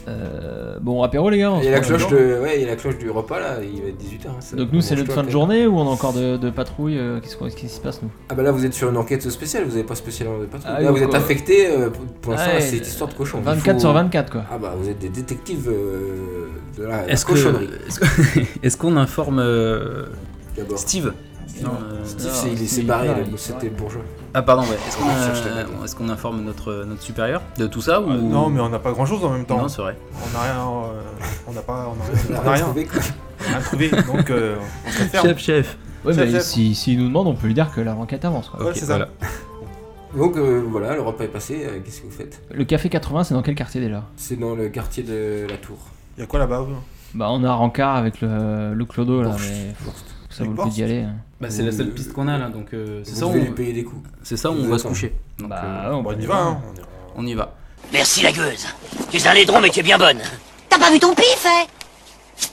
Euh, Bon, apéro les gars on Et se la prend- cloche, de, ouais, et la cloche du repas là, il va être 18h. Donc nous c'est notre fin de journée ou on a encore de, de patrouille euh, Qu'est-ce qu'on- qu'est-ce qui se passe nous Ah bah là vous êtes sur une enquête spéciale, vous n'avez pas spécialement de patrouille. Ah là oui, vous êtes quoi. affecté euh, pour- pour l'instant Ouais, à cette histoire de cochon. Il 24 faut- sur 24 quoi. Ah bah vous êtes des détectives euh, de la, la Est-ce que- cochonnerie. est-ce que- est-ce qu'on informe euh, D'abord. Steve Non, euh, Steve, Non, c'est- il est Steve, séparé, non, le- il est c'était séparé. bourgeois. Ah, pardon, ouais. Est-ce qu'on Je cherche la euh, est-ce qu'on informe notre, notre supérieur de tout ça ou... Euh, Non, mais on n'a pas grand chose en même temps. Non, c'est vrai. on n'a rien, euh, on n'a pas, on a On rien, a on a rien, retrouvé, quoi. on a rien trouvé. Donc euh, on se ferme. Chef, chef. Ouais, Chef, mais chef. si, s'il nous demande, on peut lui dire que la l'enquête avance quoi. Ouais, Ok, c'est ça. voilà. Donc euh, voilà, le repas est passé, euh, qu'est-ce que vous faites Le café 80, c'est dans quel quartier déjà C'est dans le quartier de la tour. Y a quoi là-bas vous Bah on a Rancard avec le, le Clodo là, Borst. mais Borst. ça Avec vaut le coup d'y Borst aller. hein. Bah, c'est la seule piste qu'on a là, donc euh, c'est Vous ça où devez lui on, payer des coups. c'est ça où Vous on va se attendez. coucher. Donc, Bah euh, ouais, on Bon, peut on y y va. aller. Hein. On on est- y va. Merci, la gueuse Tu es un laidron, mais tu es bien bonne T'as pas vu ton pif, eh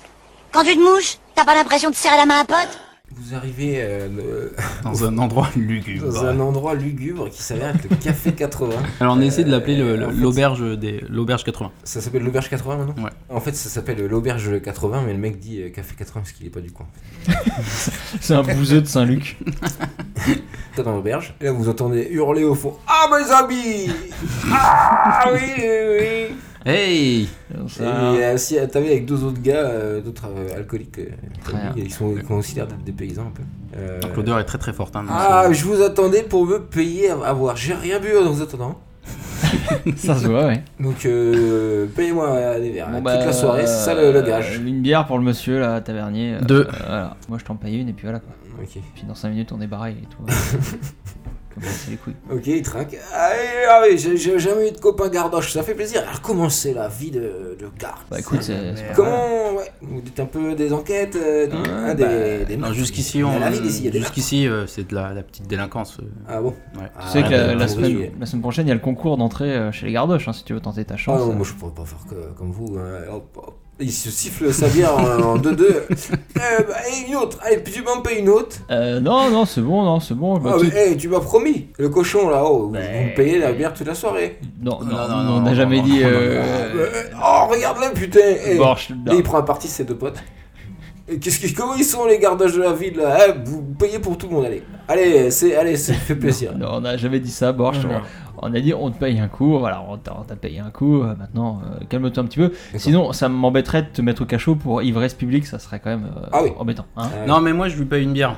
Quand tu te mouches, t'as pas l'impression de serrer la main à un pote Vous arrivez euh, le- Dans un endroit lugubre. dans un endroit lugubre qui s'avère être le Café 80. Alors on essaie de l'appeler le- Euh, en le- fait, l'auberge des l'auberge 80. Ça s'appelle l'auberge 80 maintenant Ouais. En fait, ça s'appelle l'auberge 80, mais le mec dit euh, Café 80 parce qu'il est pas du coin. C'est un bouseux de Saint-Luc. T'es dans l'auberge, et là vous entendez hurler au fond Ah mes amis Ah oui, oui, oui Hey Et Ah. euh, assis à table avec deux autres gars, euh, d'autres euh, alcooliques, euh, Très bien. et ils, sont, ils ont aussi l'air d'être des paysans un peu. Euh, Donc l'odeur est très très forte. hein, Ah, donc je vous attendais pour me payer à à boire. J'ai rien bu en vous attendant. Ça se voit, ouais. Donc, euh, payez-moi des verres. Bon, Toute bah, la soirée, c'est ça le, le gage. euh, Une bière pour le monsieur, là, tavernier. euh, Deux. euh, voilà. Moi, je t'en paye une, et puis voilà. quoi. Ok. Puis dans 5 minutes, on est barré et tout. Comme ça, c'est les couilles. Ok, il trinque. Ah oui, ah oui, j'ai j'ai jamais eu de copain gardoche, ça fait plaisir. Alors, comment c'est la vie de, de garde Bah écoute, c'est c'est pas mal. Comment ouais, Vous dites un peu des enquêtes, euh, Ah, hein, des, bah, des Non, meurtres. jusqu'ici, Il y a on... la vie des- il y a des meurtres. jusqu'ici, euh, c'est de la, la petite délinquance. euh, Ah bon ouais. Ah, Tu sais que la, bah, la oui. semaine, la semaine prochaine, il y a le concours d'entrée euh, chez les gardoches, hein, si tu veux tenter ta Ah chance. non, moi je pourrais pas faire que- comme vous. hein. Hop, hop. Il se siffle sa bière en en 2-2. Eh, bah, et une autre. Allez, tu m'en payes une autre. Euh, non, non, c'est bon, non, c'est bon. bah, Ah, tu- Bah, euh, mais, eh, tu m'as promis. Le cochon là-haut, vous, vous me payez la bière toute la soirée. non, non, Non, non, non, non, on non, n'a jamais non, dit. non, euh, Oh, regarde-le, putain. eh. bon, je- non. Et il prend un parti de ses deux potes. Et qu'est-ce qu'ils- comment ils sont les gardages de la ville là Eh, Vous payez pour tout le monde, allez. Allez, c'est, allez, ça fait plaisir. Non, on n'a jamais dit ça, Borch. Non, non. On, on a dit on te paye un coup, voilà, on t'a on t'a payé un coup, euh, maintenant euh, calme-toi un petit peu. Sinon, ça m'embêterait de te mettre au cachot pour ivresse publique, ça serait quand même euh, Ah oui. embêtant. hein. Euh, Non, mais moi, je lui paye une bière.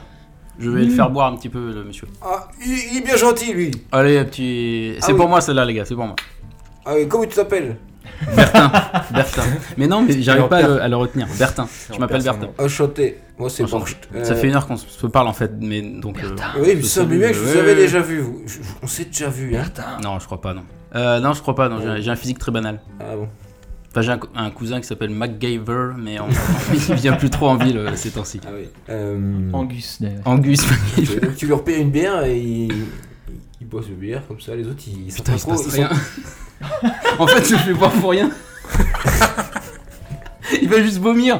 Je Mm. vais le faire boire un petit peu, le monsieur. Ah, il, il est bien gentil lui. Allez, petit. C'est Ah pour oui. moi, celle-là, les gars, c'est pour moi. Ah, oui, comment tu t'appelles Bertin. Mais non, mais j'arrive pas à le, à le retenir. Bertin. Je m'appelle Bertin. Enchanté. Moi c'est Enchanté. Borcht. Ça Euh, fait une heure qu'on se- se parle en fait, mais donc. euh, Ah, Oui, mais je ça, sais mais plus, mec, je vous ouais. avais déjà vu. vous. Je- je- on s'est déjà vu, hein. Non, je crois pas, non. Euh, non, je crois pas, non. J'ai- J'ai un physique très banal. Ah bon. Enfin, j'ai un, co- un cousin qui s'appelle MacGyver, mais on- il vient plus trop en ville euh, ces temps-ci. Ah oui. Euh, Angus, d'ailleurs. Angus MacGyver. tu- tu lui repères une bière et il, il- il boit une bière comme ça. Les autres, ils, ils sont Putain, pas il se trop- passe ils rien. sont- en fait, je le fais boire pour rien. il va juste vomir.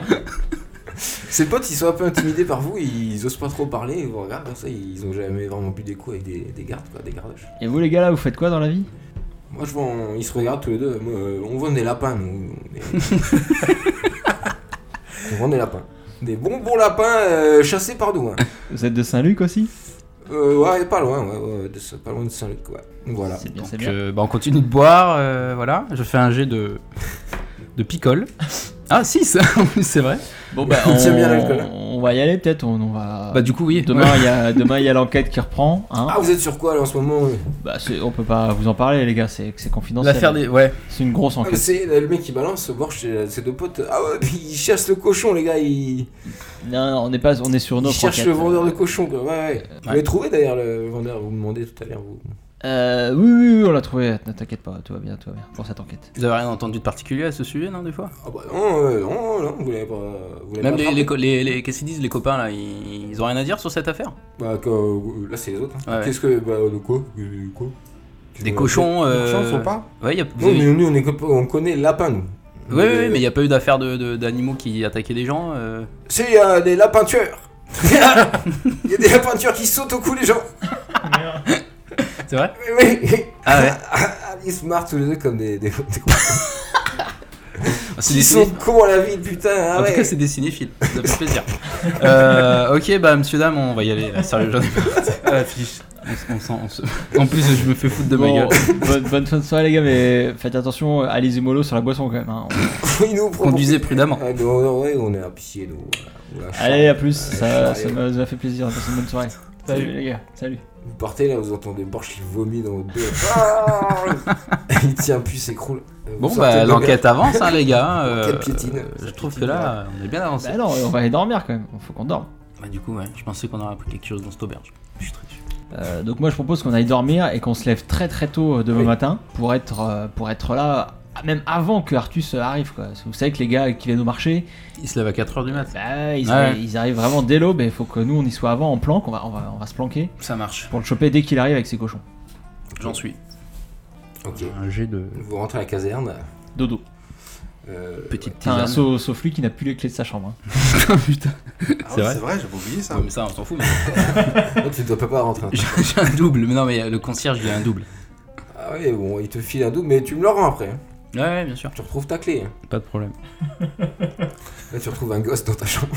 Ses potes, ils sont un peu intimidés par vous. Ils osent pas trop parler. Ils vous regardent comme ça. Ils ont jamais vraiment bu des coups avec des, des gardes, quoi, des gardoches. Et vous, les gars, là, vous faites quoi dans la vie Moi, je vends. Ils se regardent tous les deux. Moi, euh, on vend des lapins, nous. On est- on vend des lapins. Des bons bons lapins euh, chassés par nous. hein. Vous êtes de Saint-Luc aussi Euh, ouais, pas loin, ouais, ouais, de, pas loin de Saint-Luc, ouais. Voilà. C'est bien, c'est Donc, bien. euh, bah, on continue de boire, euh, voilà. Je fais un jet de. de picole. Ah, 6 c'est vrai. Bon, bah, on on, tient bien l'alcool. hein. on va y aller, peut-être. On, on va... Bah, du coup, oui. Demain, il y a- demain, il y a l'enquête qui reprend. Hein. Ah, vous êtes sur quoi là en ce moment euh Bah, c'est- on peut pas vous en parler, les gars, c'est c'est confidentiel. L'affaire des. Ouais. C'est une grosse Ah, mais enquête. c'est là, le mec qui balance, Borch, c'est ses deux potes. Ah ouais, puis ils chassent le cochon, les gars, ils, non, non, on est, pas, on est sur ils nos cherchent le vendeur de cochon, quoi. Ouais, ouais. Vous euh, Ouais. l'avez trouvé d'ailleurs, le vendeur, vous me demandez tout à l'heure. Vous... Euh, oui, oui, oui, on l'a trouvé. Ne t'inquiète pas, tout va bien, tout va bien pour cette enquête. Vous avez rien entendu de particulier à ce sujet, non, des fois Ah bah non, euh, non, non, vous l'avez pas. Vous l'avez Même pas les, attrapé. les, co- les, les- qu'est-ce qu'ils disent, les copains, là Ils ils ont rien à dire sur cette affaire Bah, que, euh, là, c'est les autres. hein. Ouais. Qu'est-ce que. Bah, de quoi De quoi Tu Des vois, cochons. Les Euh... cochons sont pas Ouais, y a... Non, mais nous, on, est cop- on connaît le lapin, nous. Euh, Ouais, ouais, ouais, mais il n'y a pas eu d'affaire de- de- d'animaux qui attaquaient des gens. euh. Si, il y a des lapins tueurs Il y a des lapins tueurs qui sautent au cou des gens C'est vrai Oui, oui. Ah ouais. Ils se marrent tous les deux comme des. des- des- Ah, C'est Ils dessiné. sont cons à la ville, putain ah en ouais. tout cas, c'est des cinéphiles. Ça fait plaisir. Euh, ok, bah, monsieur, dame, on va y aller. Là. Sérieux, j'en ai marre. à l'affiche. On s- on s'en- on se- En plus, je me fais foutre de ma Bon, gueule. bonne, bonne fin de soirée, les gars, mais faites attention, euh, allez-y mollo sur la boisson quand même. hein. Ils nous proposent- Conduisez prudemment. Ah, non, non, ouais, on est à pied, nous. Voilà. Voilà. Allez, à plus, ça, allez. ça m'a ça m'a fait plaisir. Passez une bonne soirée. Salut, les gars, salut. Vous partez là, vous entendez Borch qui vomit dans votre dos. Ah Il tient puis s'écroule. Vous Bon, sortez bah, de l'enquête avance, hein, les gars. L'enquête euh, piétine. euh, Je Ça trouve que piétine, là, on est bien avancé. Bah non, on va aller dormir quand même, faut qu'on dorme. Bah, du coup, ouais, je pensais qu'on aurait appris quelque chose dans cette auberge. Je suis très déçu. Euh, donc moi je propose qu'on aille dormir et qu'on se lève très très tôt euh, demain Oui. matin pour être, euh, pour être là, ah, même avant que Artus euh, arrive. Quoi. Parce que Vous savez que les gars qui viennent au marché, Il se lève à 4h du mat. bah, ils, Ouais. arrivent, ils arrivent vraiment dès l'aube et il faut que nous on y soit avant en planque, on va, on va, on va se planquer Ça marche. pour le choper dès qu'il arrive avec ses cochons. J'en suis. Ok. Un jet de. Vous rentrez à la caserne. Dodo. Euh, Petite Enfin, tisane. sauf, sauf lui qui n'a plus les clés de sa chambre. hein. Putain. Ah C'est ouais, vrai Euh, c'est vrai, j'avais oublié ça. Ouais, mais ça, on s'en fout. mais- ouais, tu ne dois pas pas rentrer. J'ai j'ai un double. Mais non, mais le concierge, il a un double. Ah ouais, bon, il te file un double, mais tu me le rends après. hein. Ouais, ouais, bien sûr. Tu retrouves ta clé. hein. Pas de problème. Là, tu retrouves un gosse dans ta chambre.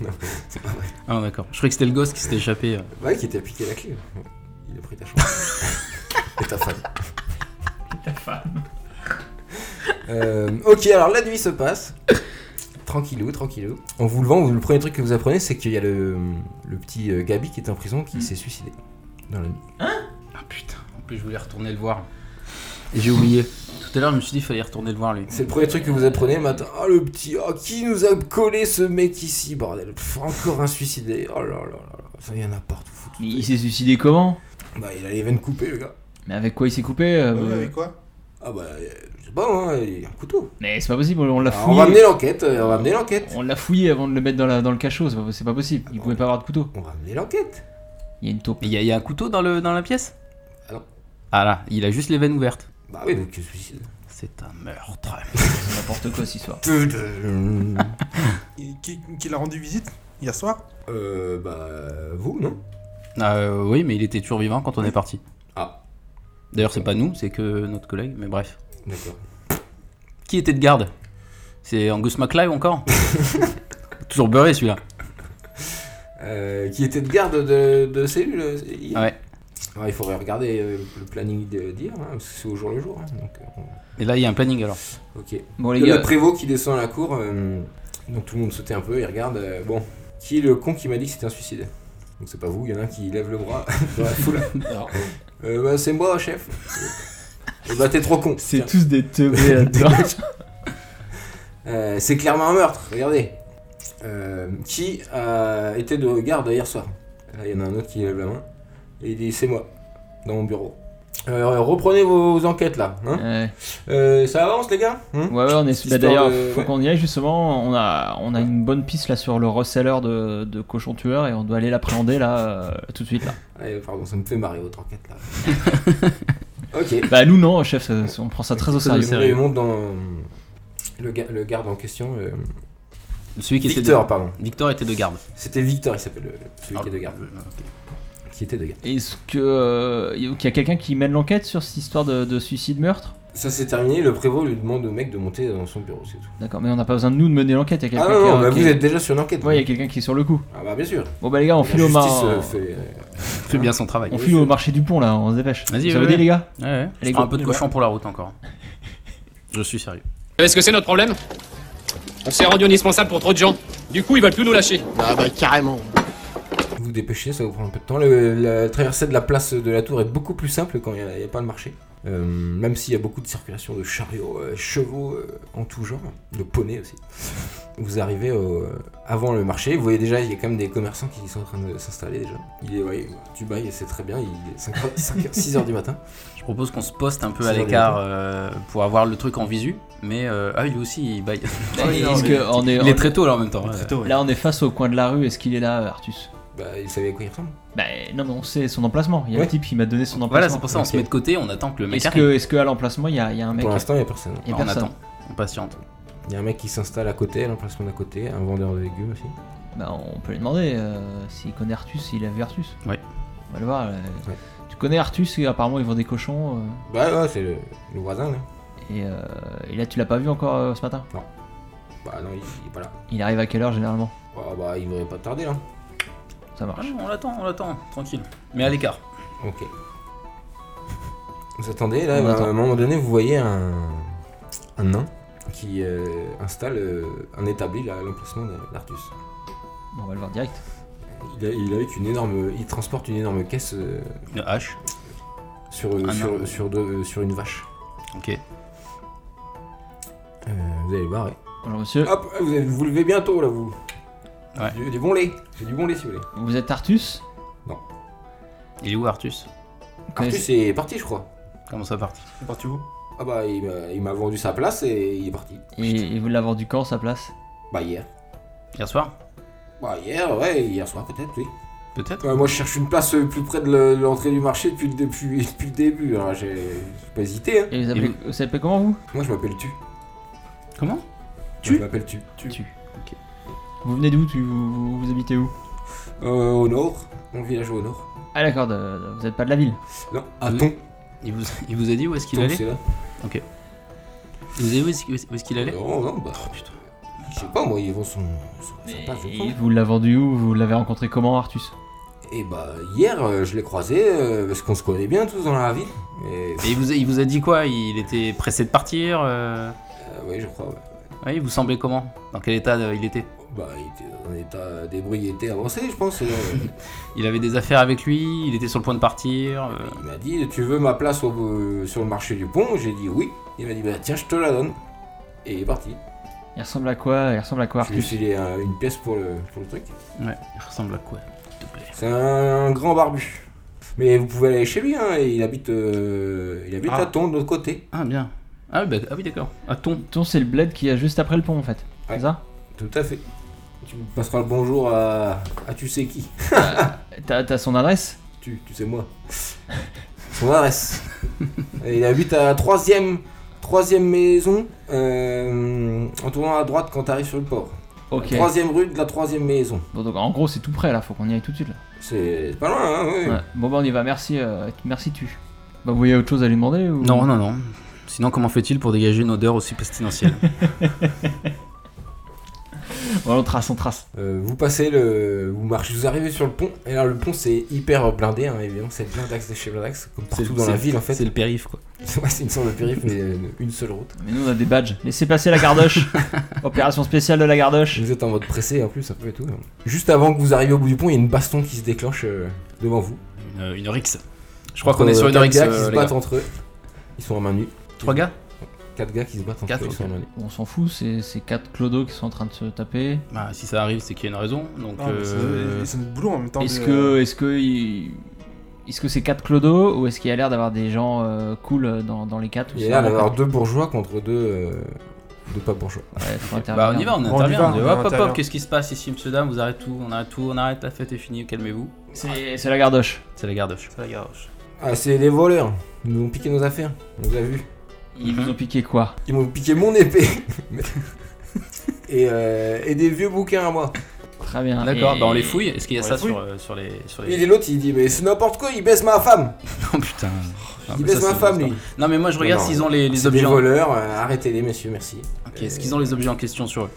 non, c'est pas vrai. Ah, d'accord. Je croyais que c'était le gosse qui s'était échappé. euh. Ouais, qui t'a piqué la clé. Il a pris ta chambre. Et ta femme. Euh, ok, alors la nuit se passe. Tranquillou, tranquillou. En vous levant, vous- le premier truc que vous apprenez, c'est qu'il y a le, le petit euh, Gabi qui est en prison qui s'est suicidé dans la nuit. Ah, putain. En plus, je voulais retourner le voir. Et j'ai oublié. Tout à l'heure, je me suis dit, il fallait retourner le voir, lui. C'est le premier truc que vous apprenez le matin. Ah, le petit. Ah, qui nous a collé ce mec ici, bordel Pff, Encore un suicidé. Oh là là là là. Ça y en a partout. Mais il s'est suicidé comment Bah, il a les veines coupées, le gars. Mais avec quoi il s'est coupé euh, Ouais, euh, avec quoi Ah, bah, euh, je sais pas, hein, il a un couteau. Mais c'est pas possible, on l'a Alors, on va fouillé. amener l'enquête. euh, On va amener l'enquête. On l'a fouillé avant de le mettre dans, la, dans le cachot, c'est pas, c'est pas possible. Il pouvait pas avoir de couteau. On va amener l'enquête. Il y a une taupe. Mais il y, a- il y a un couteau dans, le, dans la pièce Ah non. Ah là, il a juste les veines ouvertes. Bah oui, donc suicide. C'est un meurtre. C'est n'importe quoi cette histoire. euh, Il- Qui, qui l'a rendu visite hier soir euh, bah vous non Ah, euh, oui, mais il était toujours vivant quand on est parti. Ah. D'ailleurs, c'est pas nous, c'est que notre collègue, mais bref. D'accord. Qui était de garde C'est Angus MacLive encore Toujours beurré celui-là. Euh, qui était de garde de, de cellule euh, hier Ah ouais. Alors, il faudrait regarder euh, le planning de- d'hier, hein, parce que c'est au jour le jour. hein, donc, euh, Et là, il y a un planning alors. on- ok. Bon, les Le gars, prévôt qui descend à la cour, euh, donc tout le monde sautait un peu, il regarde. euh, bon, qui est le con qui m'a dit que c'était un suicide Donc c'est pas vous, il y en a un qui lève le bras dans la foule. Euh, bah c'est moi, chef. Et bah t'es trop con. Tiens. c'est tous des teubés là-dedans. Euh, c'est clairement un meurtre, regardez. Euh, qui a été de garde hier soir Là, il y en a un autre qui lève la main. Et il dit C'est moi, dans mon bureau. Euh, reprenez vos enquêtes là. hein. Ouais. Euh, ça avance les gars Hein Ouais, ouais, on est. bah, Histoire D'ailleurs, de- faut ouais. qu'on y aille justement. On a, on a une bonne piste là sur le reseller de, de cochon tueur et on doit aller l'appréhender là euh, tout de suite là. Allez, Pardon, ça me fait marrer votre enquête là. ok. Bah nous non, chef, ça- ça- on prend ça très au Ça, sérieux. Il monte dans. euh, Le, ga- le garde en question. euh, Celui qui Victor, était pardon. de... Victor était de garde. C'était Victor, il s'appelle le- celui qui était de garde. Ah, ok. Qui était de garde. Est-ce que euh, y a quelqu'un qui mène l'enquête sur cette histoire de, de suicide-meurtre Ça c'est terminé, le prévôt lui demande au mec de monter dans son bureau, c'est tout. D'accord, mais on n'a pas besoin de nous de mener l'enquête. Il y a Ah quelqu'un non, qui, non, euh, bah, qui- vous êtes déjà sur l'enquête. Ouais, il y a quelqu'un qui est sur le coup. Ah bah bien sûr. Bon bah les gars, on file la au justice, mar- euh, fait, euh, Fait bien son travail. On file au marché du pont là, on se dépêche. Vas-y, Vous ouais, avez dit ouais. les gars Ouais, ouais. Je Allez, prends go. un peu de cochon pour la route encore. Je suis sérieux. Vous savez ce que c'est notre problème On s'est rendu indispensable pour trop de gens. Du coup, ils veulent plus nous lâcher. Ah bah carrément. vous vous dépêchez, ça vous prend un peu de temps. Le- la traversée de la place de la tour est beaucoup plus simple quand il n'y a, pas le marché. Euh, même s'il y a beaucoup de circulation de chariots, euh, chevaux euh, en tout genre, de poneys aussi. Vous arrivez au- euh, avant le marché, vous voyez déjà, il y a quand même des commerçants qui sont en train de s'installer déjà. Il est, ouais, Dubaï, c'est très bien, il est 6h du matin. Je propose qu'on se poste un peu à C'est l'écart euh, pour avoir le truc en visu. Mais euh, ah, lui aussi, il baille. Et non, Est-ce mais- que on est, Il est très tôt là en même temps. ouais. Tôt, ouais. Là on est face au coin de la rue, est-ce qu'il est là Artus Bah, il savait à quoi il ressemble. Bah non mais on sait son emplacement, il y a Ouais. le type qui m'a donné son emplacement. Voilà, c'est pour ça on se Ok. met de côté, on attend que le mec Est-ce arrive. que, est-ce que à l'emplacement il y a, il y a un mec Pour l'instant, il n'y a personne. Il y a on personne. attend, on patiente. Il y a un mec qui s'installe à côté, à l'emplacement d'à côté, un vendeur de légumes aussi. Bah, on peut lui demander euh, s'il connaît Artus, s'il a vu Artus. Ouais. On va le voir. euh, Ouais. Tu connais Artus et apparemment ils vend des cochons. euh, Bah ouais, c'est le, le voisin là. et, euh, et là tu l'as pas vu encore euh, ce matin Bah non, il, il est pas là. Il arrive à quelle heure généralement Ah bah il devrait pas tarder là. Ça marche. on l'attend, on l'attend, tranquille. Mais à l'écart. Ok. Vous attendez, là, On bah, attend. à un moment donné, vous voyez un, un nain qui euh, installe euh, un établi là, à l'emplacement de- d'Artus. Ah. Bon, on va le voir direct. Il, a- il est avec une énorme, il transporte une énorme caisse euh, Une hache, sur, euh, Un sur, nain. sur deux- euh, sur une vache. ok. Euh, vous allez voir, ouais. Bonjour monsieur, Hop, vous allez- vous levez bientôt là, vous. Ouais. Du, du bon lait, c'est du bon lait si vous voulez. vous êtes Artus Il est où Artus Vous connaissez- Artus est parti, je crois. Comment ça parti C'est parti où Ah bah il m'a- il m'a vendu sa place et il est parti. et, et vous l'avez vendu quand sa place Bah hier. Hier soir Bah hier, ouais, hier soir peut-être, oui. Peut-être Ouais, moi, je cherche une place euh, plus près de le- de l'entrée du marché depuis le, depuis, depuis le début. hein. J'ai j'ai pas hésité. hein. Et vous appelez, vous- vous... appelez comment vous Moi, je m'appelle Tu. Comment Tu Je m'appelle Tu. Vous venez d'où tu- vous, vous- vous habitez où Euh, au nord, dans le village au nord. Ah d'accord, de- de- vous n'êtes pas de la ville. Non, à Oui. Ton. il vous, il vous a dit où est-ce qu'il Ton, allait c'est là. Il vous a dit où est-ce où est-ce qu'il allait Non, non, Oh, bah. Je sais pas, moi, ils vont son. son- son Et passe, je crois. vous l'a vendu où Vous l'avez rencontré comment, Artus Et bah, hier, euh, je l'ai croisé, euh, parce qu'on se connaît bien tous dans la ville. Et. Et il vous, a, il vous a dit quoi Il était pressé de partir euh, euh, ouais, je crois, ouais. ouais, Il vous semblait comment Dans quel état euh, il était Bah, il était dans un état d'ébriété avancé, je pense. et, euh, Il avait des affaires avec lui Il était sur le point de partir euh, Il m'a dit Tu veux ma place au- euh, sur le marché du pont J'ai dit oui. Il m'a dit bah, Tiens, je te la donne. Et il est parti. Il ressemble à quoi Il ressemble à quoi, Je lui ai Artus filé euh, une pièce pour le, pour le truc. Ouais, il ressemble à quoi s'il te plaît C'est un, un grand barbu. Mais vous pouvez aller chez lui, hein, et il habite, euh, il habite Ah. à Thon, de l'autre côté. Ah, bien. Ah, oui, bah- ah oui, d'accord. À ton. Ton, c'est le bled qui est juste après le pont, en fait. Ouais. C'est ça Tout à fait. Tu me passeras le bonjour à, à tu sais qui. T'as t'as son adresse Tu, tu sais moi. Son adresse. Et il habite à la troisième, troisième maison, euh, en tournant à droite quand t'arrives sur le port. Ok. Troisième rue de la troisième maison. Bon, donc en gros, c'est tout près là, faut qu'on y aille tout de suite là. C'est pas loin, hein, oui. Ouais. Bon, bah on y va, merci, euh, merci tu. Bah, vous voyez autre chose à lui demander ou... Non, non, non. Sinon, comment fait-il pour dégager une odeur aussi pestilentielle Bon, on trace, on trace. Euh, vous passez le. Vous marchez, vous arrivez sur le pont, et là le pont c'est hyper blindé, hein, évidemment, c'est blindax de chez blindax, comme partout dans la ville en fait. C'est le périph', quoi. Ouais, c'est une sorte de périph', mais euh, une seule route. Mais nous, on a des badges. Laissez passer la gardoche. Opération spéciale de la gardoche. Vous êtes en mode pressé en plus, un peu et tout. Juste avant que vous arriviez au bout du pont, il y a une baston qui se déclenche euh, devant vous. Une, euh, une Oryx. Je crois qu'on est sur une Quatre Oryx. gars qui euh, se les gars. battent entre eux. Ils sont en main nue. Trois gars Quatre gars qui se battent entre Quatre, eux. Ils sont en main nue. On s'en fout, c'est c'est quatre clodos qui sont en train de se taper. Bah, si ça arrive, c'est qu'il y a une raison. Donc, Non, Ah, mais euh, c'est- C'est notre boulot en même temps. Est-ce de- euh, que, euh. est-ce que, il- est-ce que c'est quatre clodos ou est-ce qu'il y a l'air d'avoir des gens euh, cool dans, dans les quatre ou Il y a c'est l'air vraiment d'avoir deux bourgeois contre deux. euh, deux pas bourgeois. pas- Ouais, faut bah, intervenir. on y va, on on y intervient. va, on dit, on hop, hop, hop, intervient. qu'est-ce qui se passe ici, monsieur, dame Vous arrêtez tout, on arrête tout, on arrête, la fête est finie, calmez-vous. C'est c'est la gardoche. C'est la gardoche. Ça gage. Ah, c'est les voleurs. Ils nous ont piqué nos affaires. On vous a vu. Ils Mhm. vous ont piqué quoi Ils m'ont piqué mon épée. et, euh, et des vieux bouquins à Ah, moi. Très bien. D'accord, Et- bah on les fouille. Est-ce qu'il y a Ah, ça On les fouille. sur, euh, sur les. bah Sur Et les... l'autre il dit Mais c'est n'importe quoi, il baisse ma femme. oh putain. Ah, Il mais ça, baisse ma c'est- femme, c'est lui. pas- Non, mais moi je regarde Non, s'ils ont les, les C'est objets. Des En... voleurs, euh, arrêtez-les, messieurs, merci. Ok, Est-ce qu'ils ont les objets en question sur eux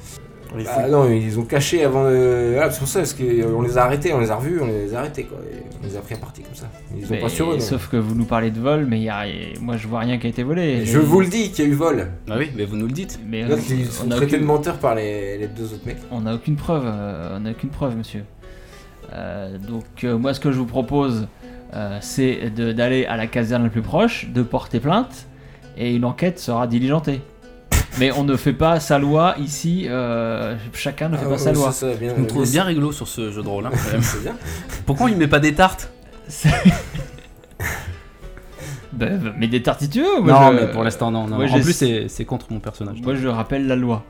On les Ah fouille. non, ils ont caché avant. euh, voilà, c'est pour ça, parce qu'on les a arrêtés, on les a revus, on les a arrêtés, quoi. et on les a pris à partie comme ça. Ils ont Mais- pas sur eux, non. Sauf que vous nous parlez de vol, mais il y a- et moi je vois rien qui a été volé. Je vous le dis qu'il y a eu vol. Bah oui, mais vous nous le dites. Mais Là, on- ils sont on a traités de aucune, menteurs par les, les deux autres mecs. on a aucune preuve, euh, on n'a aucune preuve, monsieur. Euh, donc euh, moi ce que je vous propose, euh, c'est de- d'aller à la caserne la plus proche, de porter plainte, et une enquête sera diligentée. Mais on ne fait pas sa loi ici, euh, chacun ne fait Ah, pas ouais, sa ouais, loi. ça, ça, bien, Je me trouve mais bien rigolo sur ce jeu de rôle. hein, quand même. c'est- C'est bien. Pourquoi on lui met pas des tartes Ben, ben, mais des tartes, si tu veux, moi, Non, je- mais pour l'instant, non. non. moi, en j'ai- plus, c'est c'est contre mon personnage. Moi je rappelle la loi.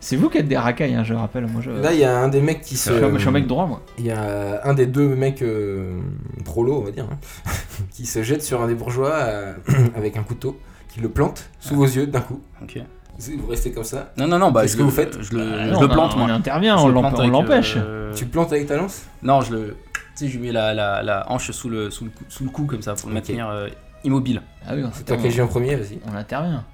C'est vous qui êtes des racailles, hein, je rappelle. Moi, je, Là, il y a un des mecs qui se. je suis un- je suis un mec droit, moi. Il y a un des deux mecs euh, prolos, on va dire, hein, qui se jette sur un des bourgeois euh, avec un couteau, qui le plante Ah. sous vos yeux d'un coup. Ok. Vous restez comme ça. Non, non, non, bah Qu'est-ce je que le- vous faites Je le, Bah, je non, le on a- plante, on moi. intervient, Je on le l'emp- plante on avec, l'empêche. euh, Tu plantes avec ta lance Non, je le. Tu sais, je lui mets la, la, la hanche sous le, sous, le cou, sous le cou, comme ça, pour le Ok. maintenir euh, immobile. Ah oui, on C'est toi intervient. qui agis en premier, vas-y. On intervient.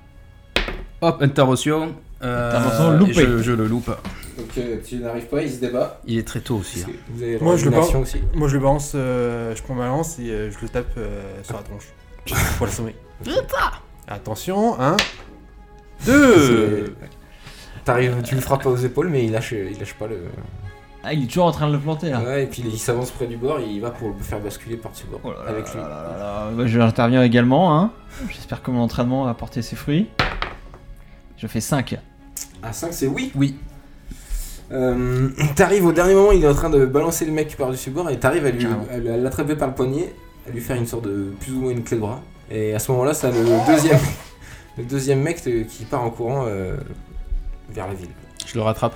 Hop, intervention. Euh, Intervention loupée. Je, je le loupe. Donc euh, tu n'arrives pas, il se débat. Il est très tôt aussi. hein. Vous avez Moi, je le l'action bats. aussi. Moi je le balance, euh, je prends ma lance et euh, je le tape euh, sur la tronche. pour l'assommer. Attention, un, Euh. deux C'est- T'arrives, tu le frappes aux épaules, mais il lâche, il lâche pas le. Ah, il est toujours en train de le planter là. Ouais, et puis il s'avance près du bord, il va pour le faire basculer par-dessus le bord. Oh là là avec là lui. là là là. Bah, je l'interviens également. Hein. J'espère que mon entraînement va porter ses fruits. Je fais Ah 5. À 5, c'est oui. Oui. Euh, t'arrives au dernier moment, il est en train de balancer le mec par-dessus bord et t'arrives à, lui- Carrément. à lui- à l'attraper par le poignet, à lui faire une sorte de plus ou moins une clé de bras. Et à ce moment-là, c'est Ah. le deuxième, le deuxième mec te- qui part en courant euh, vers la ville. Je le rattrape.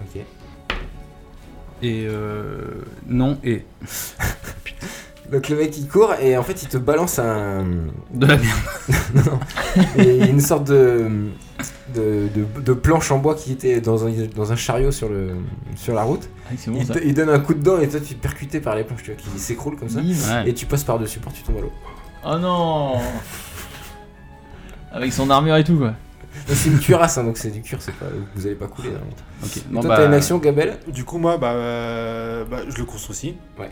Ok. Et euh. Non, et. Donc le mec il court et en fait il te balance un. De la merde. et une sorte de, de, de- de planche en bois qui était dans un, dans un chariot sur, le, sur la route. Ah, c'est bon il, ça. te- il donne un coup dedans et toi tu es percuté par les planches tu vois, qui s'écroulent comme ça. Bim. Ouais. Et tu passes par-dessus pour tu tombes à l'eau. Oh non Avec son armure et tout quoi. Mais C'est une cuirasse, hein, donc c'est du cuir, c'est pas, vous avez pas coulé. hein. Ok. Et Bon, toi bah, t'as une action, Gabelle Du coup, moi, bah, euh, bah, je le construis aussi. Ouais.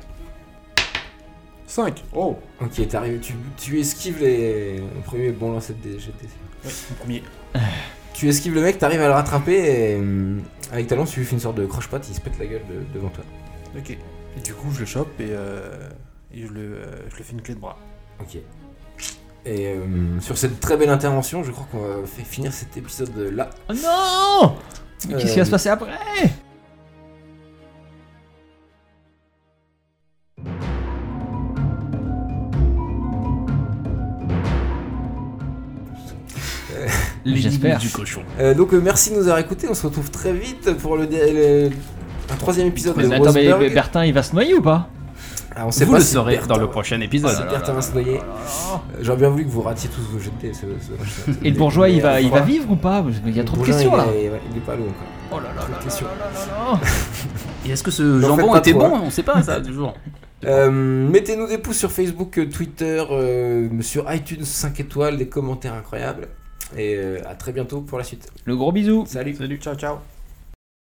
5. Oh, Ok, t'arrives, tu, tu esquives les. Au premier bon lancer de dés, jet de dés. mon premier. Tu esquives le mec, t'arrives à le rattraper et. hum, Avec ta lance, tu lui fais une sorte de croche-patte, il se pète la gueule de- devant toi. Ok. Et du coup, je le chope et, euh, et je, le, euh, je le fais une clé de bras. Ok. Et euh, sur cette très belle intervention, je crois qu'on va fait finir cet épisode là. Oh non Mais Qu'est-ce qui Euh, va se passer après J'espère. du cochon. Euh, donc euh, merci de nous avoir écoutés. On se retrouve très vite pour le, dé- le- un troisième épisode Mais de attends, mais mais Roseburg. Bertin il va se noyer ou pas Ah, on sait Vous pas le si saurez Bertin- dans le prochain Ah, épisode. si Bertin va se noyer. Euh, J'aurais bien voulu que vous ratiez tous vos jets de dés, c'est- c'est- Et le bourgeois il va, il va vivre ou pas Il y a trop de euh, Bourgeois, questions il là. est- ouais, il est pas lourd encore. Oh là là Trop de questions. Et est-ce que ce N'en faites jambon pas était trop, hein. bon On sait pas ça, toujours. Euh, Mettez-nous des pouces sur Facebook, euh, Twitter, euh, sur iTunes 5 étoiles, des commentaires incroyables. Et euh, à très bientôt pour la suite. Le gros bisou Salut. Ciao, ciao.